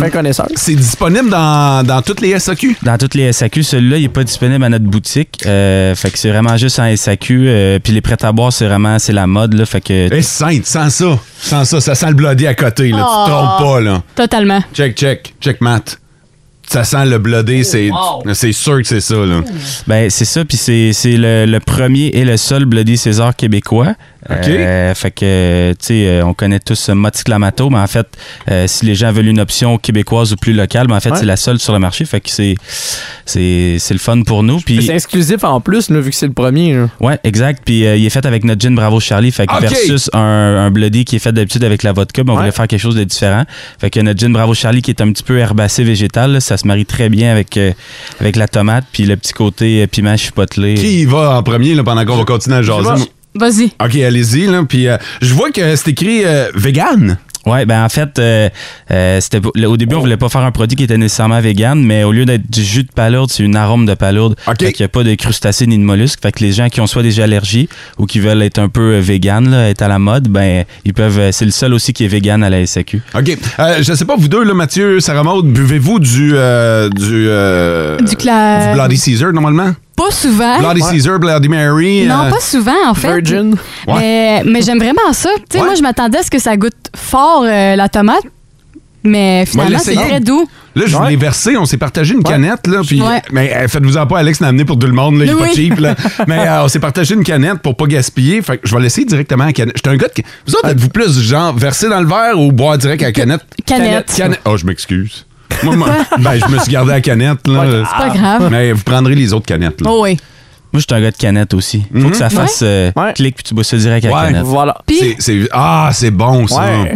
Speaker 2: C'est disponible dans, dans toutes les SAQ?
Speaker 14: Dans toutes les SAQ. Celui-là, il n'est pas disponible à notre boutique. Euh, fait que c'est vraiment juste en SAQ. euh, Puis les prêts à boire, c'est vraiment c'est la mode. Là, fait que
Speaker 2: Eh, sainte, sans ça. Sans ça, ça sent le bloody à côté, là. Tu te
Speaker 4: Oh.
Speaker 2: trompes pas, là.
Speaker 4: Totalement.
Speaker 2: Check, check, check, Matt. Ça sent le bloodé,
Speaker 5: Oh,
Speaker 2: c'est c'est sûr que c'est ça. Là.
Speaker 14: Ben, c'est ça, puis c'est c'est le, le premier et le seul Bloody César québécois.
Speaker 2: OK.
Speaker 14: Euh, fait que, tu sais, euh, on connaît tous Moti Clamato, mais en fait, euh, si les gens veulent une option québécoise ou plus locale, ben en fait,
Speaker 5: Ouais.
Speaker 14: c'est la seule sur le marché. Fait que c'est c'est c'est le fun pour nous.
Speaker 5: Mais
Speaker 14: Puis
Speaker 5: C'est exclusif en plus, là, vu que c'est le premier. là.
Speaker 14: Ouais, exact. Puis euh, il est fait avec notre gin Bravo Charlie. Fait que
Speaker 5: Ok.
Speaker 14: versus un, un bloody qui est fait d'habitude avec la vodka, ben, on voulait faire quelque chose de différent. Fait que notre gin Bravo Charlie qui est un petit peu herbacé végétal, là, ça se marie très bien avec, euh, avec la tomate puis le petit côté euh, piment chipotelé.
Speaker 2: Qui y va en premier là, pendant qu'on va continuer à jaser?
Speaker 4: Vas-y.
Speaker 2: OK, allez-y. là, Puis euh, je vois que c'est écrit euh, vegan. Oh.
Speaker 14: Ouais, ben en fait, euh, euh, c'était pour- le- au début, on voulait pas faire un produit qui était nécessairement vegan, mais au lieu d'être du jus de palourde, c'est une arôme de palourde. Fait qu'il n'y a pas de crustacés ni de mollusques. Fait que les gens qui ont soit des allergies ou qui veulent être un peu euh, vegan, là, être à la mode, ben ils peuvent. euh, C'est le seul aussi qui est vegan à la SAQ.
Speaker 2: OK. Euh, je sais pas, vous deux, là, Mathieu, Sarah Maud, buvez-vous du. euh, du. euh,
Speaker 4: Du cla-
Speaker 2: Bloody Caesar, normalement?
Speaker 4: Pas souvent.
Speaker 2: Bloody Caesar, Bloody Mary.
Speaker 4: Non,
Speaker 2: euh,
Speaker 4: pas souvent, en fait.
Speaker 2: Virgin.
Speaker 4: Mais, mais j'aime vraiment ça. Tu sais, Moi, je m'attendais à ce que ça goûte fort euh, la tomate, mais
Speaker 2: Moi,
Speaker 4: finalement, c'est
Speaker 2: l'essayant.
Speaker 4: très doux.
Speaker 2: Là, je vous l'ai versé, on s'est partagé une canette, là, puis...
Speaker 4: Ouais.
Speaker 2: Mais euh, faites-vous-en pas, Alex l'a amené pour tout le monde, là, il est
Speaker 4: Oui.
Speaker 2: pas cheap, là. Mais euh, on s'est partagé une canette pour pas gaspiller, fait que je vais laisser directement à la canette. J'étais un gars de... Vous autres, êtes-vous plus, genre, verser dans le verre ou boire direct à la canette?
Speaker 4: Canette.
Speaker 2: Canette. Oh, je m'excuse. Moi, moi, ben, je me suis gardé à la canette, là.
Speaker 4: C'est pas grave.
Speaker 2: Mais vous prendrez les autres canettes, là. Mhm.
Speaker 4: Oh oui.
Speaker 14: Moi, je suis un gars de canette aussi. Faut que ça fasse euh, clic puis tu bois ça direct à la
Speaker 2: Ouais.
Speaker 14: canette.
Speaker 2: Voilà. C'est- c'est- Ah, c'est bon, ça.
Speaker 4: Ouais.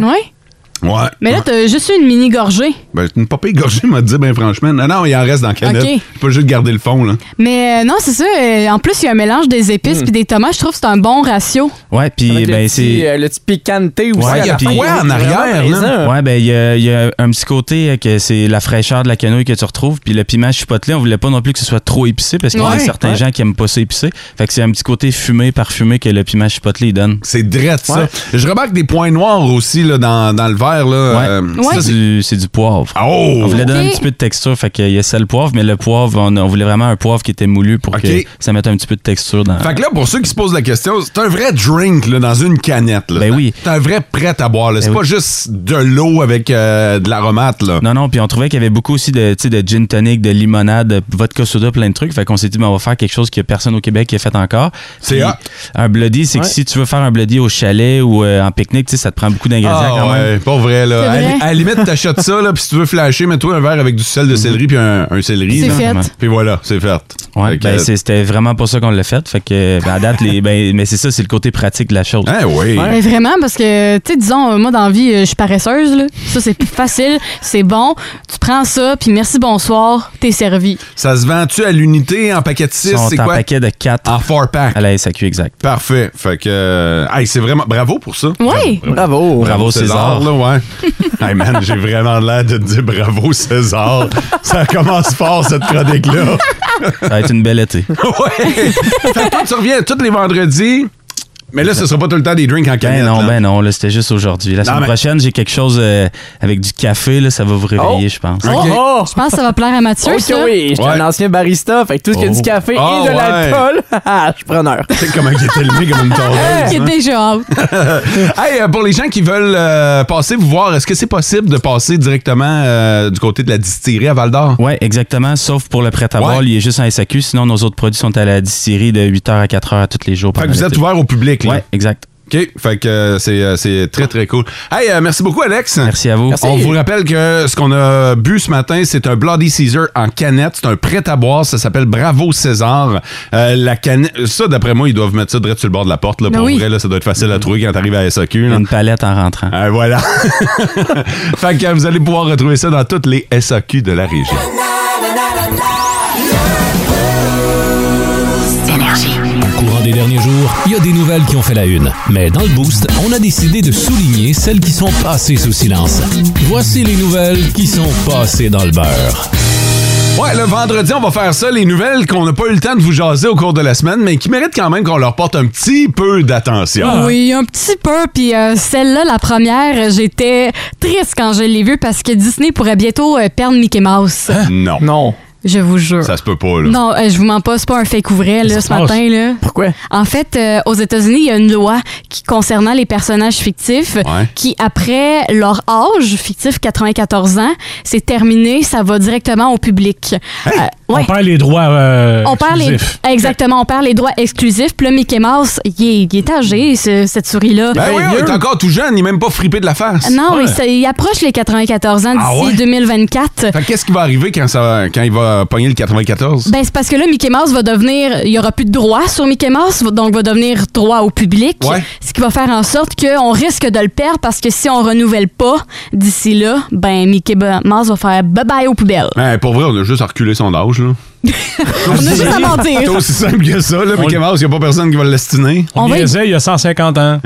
Speaker 2: Ouais.
Speaker 4: Mais là, t'as juste eu une mini gorgée.
Speaker 2: Ben, une papille gorgée m'a dit, ben franchement, non, non, il en reste dans la canette.
Speaker 4: Ok.
Speaker 2: Je peux juste garder le fond, là.
Speaker 4: Mais euh, non, c'est ça. euh, en plus, il y a un mélange des épices
Speaker 2: Hmm.
Speaker 4: puis des tomates. Je trouve que c'est un bon ratio.
Speaker 14: Ouais, puis ben c'est
Speaker 5: euh, le petit piquanté
Speaker 14: Ouais,
Speaker 5: aussi. à la
Speaker 14: puis-
Speaker 5: fin, qui est vraiment présent.
Speaker 14: Ouais, ben il y, a- il y a un petit côté euh, que c'est la fraîcheur de la quenouille que tu retrouves, puis le piment chipotelé, on voulait pas non plus que ce soit trop épicé parce qu'il y a
Speaker 2: Ouais.
Speaker 14: certains
Speaker 2: Ouais.
Speaker 14: gens qui aiment pas ça épicé. Fait que c'est un petit côté fumé parfumé que le piment chipotelé il donne.
Speaker 2: C'est drette ça.
Speaker 14: Ouais.
Speaker 2: Je remarque des points noirs aussi là, dans, dans le verre. Là. Euh,
Speaker 14: Ouais.
Speaker 2: ça,
Speaker 14: C'est
Speaker 2: c'est-
Speaker 14: du- c'est du, poivre.
Speaker 2: Oh!
Speaker 14: On voulait donner
Speaker 2: Ok.
Speaker 14: un petit peu de texture, fait qu'il y a sel poivre, mais le poivre, on, on voulait vraiment un poivre qui était moulu pour
Speaker 2: Ok.
Speaker 14: que ça mette un petit peu de texture dans.
Speaker 2: Fait que là, pour ceux qui se posent la question, c'est un vrai drink là, dans une canette. Là.
Speaker 14: Ben oui.
Speaker 2: C'est un vrai prêt à boire. là. C'est
Speaker 14: Ben
Speaker 2: pas
Speaker 14: oui.
Speaker 2: juste de l'eau avec euh, de l'aromate. Là.
Speaker 14: Non, non, puis on trouvait qu'il y avait beaucoup aussi de, tu sais, de gin tonic, de limonade, de vodka soda, plein de trucs. Fait qu'on s'est dit, ben, on va faire quelque chose que personne au Québec qui a fait encore.
Speaker 2: C'est
Speaker 14: Puis,
Speaker 2: hot.
Speaker 14: Un bloody, c'est
Speaker 2: Ouais.
Speaker 14: que si tu veux faire un bloody au chalet ou euh, en pique-nique, tu sais, ça te prend beaucoup d'ingrédients
Speaker 2: Ah
Speaker 14: quand
Speaker 2: ouais,
Speaker 14: même.
Speaker 2: pas vrai là.
Speaker 14: C'est
Speaker 2: À,
Speaker 14: vrai.
Speaker 2: à la limite, t'achètes ça là, puis si tu veux flasher, mets-toi un verre avec du
Speaker 14: Mhm.
Speaker 2: sel de céleri puis un, un céleri.
Speaker 14: C'est
Speaker 2: là.
Speaker 14: fait.
Speaker 2: Puis voilà, c'est fait.
Speaker 14: Ouais,
Speaker 2: Fait que,
Speaker 14: ben, c'est- c'était vraiment pour ça qu'on l'a fait. Fait que, ben, à date, les, ben, mais c'est ça, c'est le côté pratique de la chose.
Speaker 2: Ah oui.
Speaker 4: Mais vraiment, parce que, tu sais, disons, euh, moi, dans la vie, euh, je suis paresseuse, là. Ça, c'est plus facile, c'est bon. Tu prends ça, puis merci, bonsoir, t'es servi.
Speaker 2: Ça se vend-tu à l'unité en paquet de 6?
Speaker 14: Sont
Speaker 2: C'est
Speaker 14: en
Speaker 2: quoi?
Speaker 14: paquet de 4.
Speaker 2: En 4 pack. À
Speaker 14: la SAQ, exact.
Speaker 2: Parfait. Fait que. euh, hey, c'est vraiment. Bravo pour ça.
Speaker 4: Oui.
Speaker 5: Bravo.
Speaker 2: Bravo César.
Speaker 5: César.
Speaker 2: là, ouais. hey man, j'ai vraiment l'air de te dire bravo César. Ça commence fort cette chronique-là.
Speaker 14: Ça va être une belle été.
Speaker 2: ouais. Fait que toi, tu reviens tous les vendredis. Mais là, ce sera pas tout le temps des drinks en canette.
Speaker 14: Ben non,
Speaker 2: là.
Speaker 14: ben non, là, c'était juste aujourd'hui. La
Speaker 2: Non,
Speaker 14: semaine
Speaker 2: mais-
Speaker 14: prochaine, j'ai quelque chose euh, avec du café, là, ça va vous
Speaker 2: Oh!
Speaker 14: réveiller, je pense.
Speaker 4: Oh.
Speaker 5: Oh,
Speaker 4: Je pense que ça va plaire à Mathieu,
Speaker 5: Ok,
Speaker 4: ça.
Speaker 5: oui, j'étais
Speaker 14: Ouais.
Speaker 5: un ancien barista, fait que tout ce qu'il y a
Speaker 14: Oh.
Speaker 5: du café
Speaker 14: Ah,
Speaker 5: et de
Speaker 14: ouais.
Speaker 5: l'alcool, ah, je suis preneur.
Speaker 2: Tu sais comment il est élevé comme une
Speaker 4: Qui est
Speaker 2: tondeuse.
Speaker 4: déjà out.
Speaker 2: hein? hey, euh, pour les gens qui veulent euh, passer vous voir, est-ce que c'est possible de passer directement euh, du côté de la distillerie à Val d'Or?
Speaker 14: Ouais, exactement. Sauf pour le prêt-à-boire, il est juste en SAQ. Sinon, nos autres produits sont à la distillerie de 8h à 4h tous les jours.
Speaker 2: Fait que vous êtes ouvert au public, là.
Speaker 14: Ouais, exact.
Speaker 2: OK, fait que euh, c'est, euh, c'est très, très cool. Hey, euh, merci beaucoup, Alex.
Speaker 14: Merci à vous.
Speaker 2: On vous rappelle que ce qu'on a bu ce matin, c'est un Bloody Caesar en canette. C'est un prêt-à-boire. Ça s'appelle Bravo César. Euh, la canette, ça, d'après moi, ils doivent mettre ça direct sur le bord de la porte. Là,
Speaker 14: Ben
Speaker 2: pour
Speaker 14: oui.
Speaker 2: vrai, là, ça doit être facile à trouver quand t'arrives à SAQ. là.
Speaker 14: Une palette en rentrant.
Speaker 2: Euh, voilà. fait que euh, vous allez pouvoir retrouver ça dans toutes les SAQ de la région.
Speaker 1: Au courant des derniers jours, il y a des nouvelles qui ont fait la une. Mais dans le Boost, on a décidé de souligner celles qui sont passées sous silence. Voici les nouvelles qui sont passées dans le beurre.
Speaker 2: Ouais, le vendredi, on va faire ça, les nouvelles qu'on n'a pas eu le temps de vous jaser au cours de la semaine, mais qui méritent quand même qu'on leur porte un petit peu d'attention.
Speaker 4: Oui, un petit peu. Puis euh, celle-là, la première, euh, j'étais triste quand je l'ai vue parce que Disney pourrait bientôt euh, perdre Mickey Mouse.
Speaker 2: Non.
Speaker 5: Non.
Speaker 4: Je vous jure.
Speaker 2: Ça se peut pas, là.
Speaker 4: Non, euh, je vous mens pas, c'est pas un fake ou vrai là,
Speaker 2: Qu'est-ce
Speaker 4: ce
Speaker 2: qui se passe?
Speaker 4: matin. Là.
Speaker 5: Pourquoi?
Speaker 4: En fait, euh, aux États-Unis, il y a une loi qui, concernant les personnages fictifs
Speaker 2: Ouais.
Speaker 4: qui, après leur âge fictif, 94 ans, c'est terminé, ça va directement au public.
Speaker 2: Hein?
Speaker 4: Euh, ouais.
Speaker 3: On perd les droits euh,
Speaker 4: On perd les,
Speaker 3: exclusifs.
Speaker 4: exactement, on perd les droits exclusifs. Puis là, Mickey Mouse, il est, il est âgé, ce- cette souris-là.
Speaker 2: Ben oui, il est encore tout jeune, il n'est même Ah, pas fripé de la face.
Speaker 4: Ah Non,
Speaker 2: Ouais.
Speaker 4: il, se- il approche les 94 ans d'ici
Speaker 2: Ah ouais?
Speaker 4: 2024.
Speaker 2: Fait que qu'est-ce qui va arriver quand, ça, quand il va pogner le 94?
Speaker 4: Ben, c'est parce que là, Mickey Mouse va devenir. Il n'y aura plus de droit sur Mickey Mouse, va- donc va devenir droit au public.
Speaker 2: Ouais.
Speaker 4: Ce qui va faire en sorte qu'on risque de le perdre parce que si on renouvelle pas d'ici là, ben, Mickey Ba- Mouse va faire bye-bye aux poubelles.
Speaker 2: Ben, pour vrai, on a juste à reculer son âge, là.
Speaker 4: On a juste à
Speaker 2: C'est
Speaker 4: mentir.
Speaker 2: aussi simple que ça, là, Mickey Mouse, il n'y a pas personne qui va Eh le lestiner.
Speaker 4: On On va y- niaisait
Speaker 2: il y a 150 ans.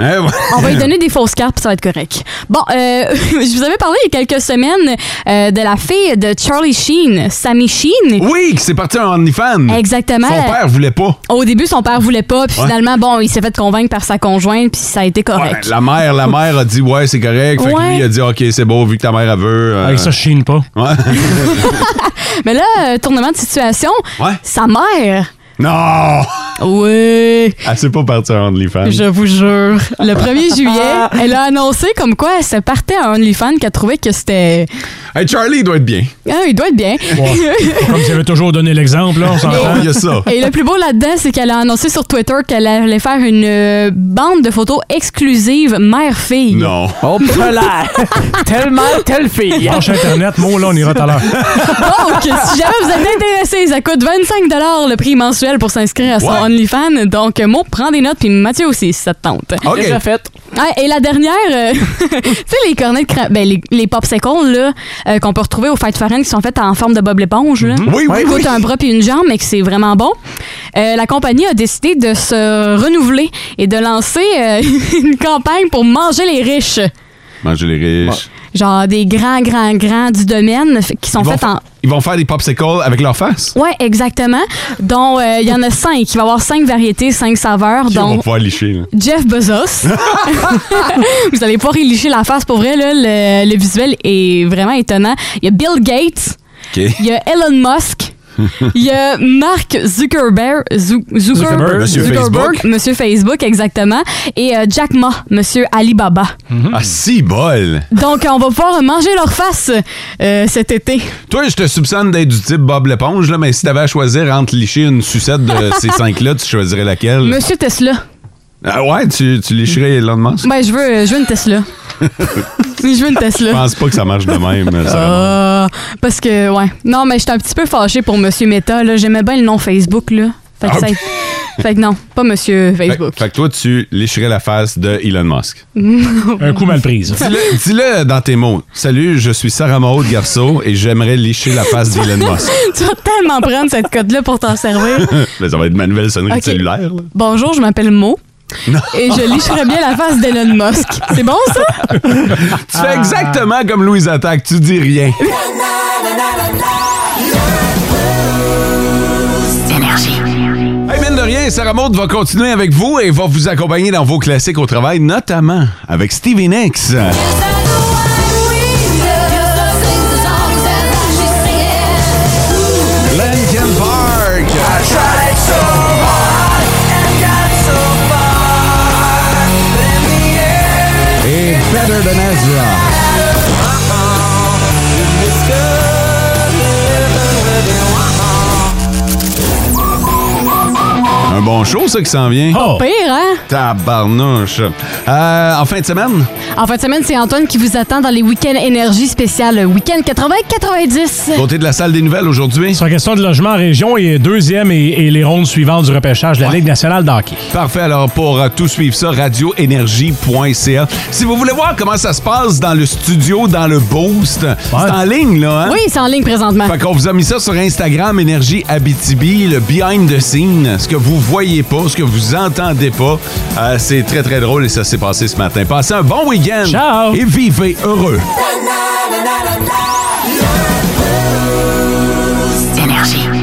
Speaker 4: On va lui donner des fausses cartes, puis ça va être correct. Bon, euh, je vous avais parlé il y a quelques semaines euh, de la fille de Charlie Sheen, Sammy Sheen.
Speaker 2: Oui, c'est parti en OnlyFans.
Speaker 4: Exactement.
Speaker 2: Son père voulait pas.
Speaker 4: Au début, son père voulait pas, puis
Speaker 2: Ouais.
Speaker 4: finalement, bon, il s'est fait convaincre par sa conjointe, puis ça a été
Speaker 2: Ben,
Speaker 4: correct.
Speaker 2: la mère, la mère a dit ouais, c'est correct. Fait que
Speaker 4: Ouais.
Speaker 2: lui, il a dit ok, c'est beau, vu que ta mère elle veut.
Speaker 3: Avec ça, je
Speaker 2: chine pas. Ouais.
Speaker 4: Mais là, euh, tournement de situation,
Speaker 2: Ouais.
Speaker 4: sa mère,
Speaker 2: non!
Speaker 4: Oui!
Speaker 2: Elle s'est pas partie en OnlyFans.
Speaker 4: je vous jure, le 1er
Speaker 5: Ah.
Speaker 4: juillet, elle a annoncé comme quoi elle se partait à OnlyFans, qu'elle trouvait que c'était...
Speaker 2: Hey, Charlie, il doit être bien.
Speaker 4: Ah, il doit être bien.
Speaker 3: Ouais. Comme j'avais toujours donné l'exemple, là, on s'entend.
Speaker 2: Il y a ça.
Speaker 4: Et le plus beau là-dedans, c'est qu'elle a annoncé sur Twitter qu'elle allait faire une euh, bande de photos exclusives mère-fille.
Speaker 2: Non.
Speaker 5: Oh, là! Telle mère, telle fille.
Speaker 3: Lâche Internet, mot, là, on ira tout à l'heure.
Speaker 4: Donc, si jamais vous êtes intéressé, ça coûte 25 le prix mensuel pour s'inscrire à son
Speaker 3: Ouais.
Speaker 4: OnlyFans. Donc, Mo, prends des notes, puis Mathieu aussi, si ça te tente.
Speaker 5: Déjà fait.
Speaker 4: Ouais, et la dernière, euh, tu sais, les cornets de cra- ben, les, les popsicles, là, euh, qu'on peut retrouver au Fight Foreign, qui sont faites en forme de Bob l'éponge, là.
Speaker 2: Mm-hmm.
Speaker 9: Mhm. Oui, oui,
Speaker 4: Qui
Speaker 9: oui.
Speaker 4: coûtent un bras puis une jambe, mais que c'est vraiment bon. Euh, la compagnie a décidé de se renouveler et de lancer euh, une campagne pour manger les riches.
Speaker 2: Manger les riches.
Speaker 4: Genre des grands, grands, grands du domaine fait- qui sont
Speaker 2: Ils vont
Speaker 4: faits
Speaker 2: fa-
Speaker 4: en.
Speaker 2: Ils vont faire des popsicles avec leur face.
Speaker 4: Ouais, exactement. Dont euh, il y en a cinq. Il va y avoir cinq variétés, cinq saveurs,
Speaker 2: Qui vont
Speaker 4: dont
Speaker 2: pouvoir licher. là?
Speaker 4: Jeff Bezos. Vous allez pas relicher la face pour vrai, là. Le, le visuel est vraiment étonnant. Il y a Bill Gates.
Speaker 2: OK.
Speaker 4: Il y a Elon Musk. Il y a Mark Zuckerberg, Zu- Zucker-
Speaker 2: Zuckerberg. Monsieur Facebook.
Speaker 4: Monsieur Facebook, exactement, et euh, Jack Ma, Monsieur Alibaba.
Speaker 2: Ah, si bol!
Speaker 4: Donc, euh, on va pouvoir manger leur face euh, cet été.
Speaker 2: Toi, je te soupçonne d'être du type Bob l'éponge, là, mais si t'avais à choisir entre licher une sucette de ces cinq-là, tu choisirais laquelle?
Speaker 4: Monsieur Tesla,
Speaker 2: Ah ouais, tu, tu licherais Elon Musk?
Speaker 4: ben, je veux, je veux une Tesla. je veux une
Speaker 2: Je
Speaker 4: Tesla.
Speaker 2: pense pas que ça marche de même. ça.
Speaker 4: Ah, parce que, ouais. Non, mais j'étais un petit peu fâchée pour Monsieur Meta. là. J'aimais bien le nom Facebook. Là. Fait, que
Speaker 2: Ah,
Speaker 4: ça- fait que non, pas Monsieur
Speaker 2: Fait-
Speaker 4: Facebook.
Speaker 2: Fait, que toi, tu licherais la face de Elon Musk.
Speaker 4: Un
Speaker 3: coup mal prise.
Speaker 2: Dis-le dis-le dans tes mots. Salut, je suis Sarah Maud Garceau et j'aimerais licher la face d'Elon Musk.
Speaker 4: tu vas tellement prendre cette code-là pour t'en servir.
Speaker 2: Ben, ça va être ma nouvelle sonnerie
Speaker 4: Ok.
Speaker 2: de cellulaire. là.
Speaker 4: Bonjour, je m'appelle Mo.
Speaker 2: Non.
Speaker 4: Et je licherais bien la face d'Elon Musk. C'est bon, ça?
Speaker 2: Tu fais exactement comme Louise Attaque, tu dis rien.
Speaker 9: Énergie.
Speaker 2: Hey, mine de rien, Sarah Maud va continuer avec vous et va vous accompagner dans vos classiques au travail, notamment avec Stevie Nicks. Linkin Park. Et Better Than Ezra. Un bon show, ça, qui s'en vient.
Speaker 4: Oh. Pire, hein?
Speaker 2: Tabarnouche. Euh, en fin de semaine,
Speaker 4: En fin de semaine, c'est Antoine qui vous attend dans les week-ends énergie spéciale week-end 80-90.
Speaker 2: côté de la salle des nouvelles aujourd'hui.
Speaker 3: Sur la question de logement en région et deuxième et, et les rondes suivantes du repêchage de la Ligue nationale d'hockey.
Speaker 2: Parfait. Alors, pour euh, tout suivre ça, radioénergie.ca. Si vous voulez voir comment ça se passe dans le studio, dans le boost, c'est en ligne, là, hein?
Speaker 4: Oui, c'est en ligne présentement.
Speaker 2: Fait qu'on vous a mis ça sur Instagram, Énergie Abitibi, le behind the scene, ce que vous voyez pas, ce que vous entendez pas. Euh, c'est très, très drôle et ça s'est passé ce matin. Passez un bon week-end. Ciao! Et vivez heureux.
Speaker 9: Énergie.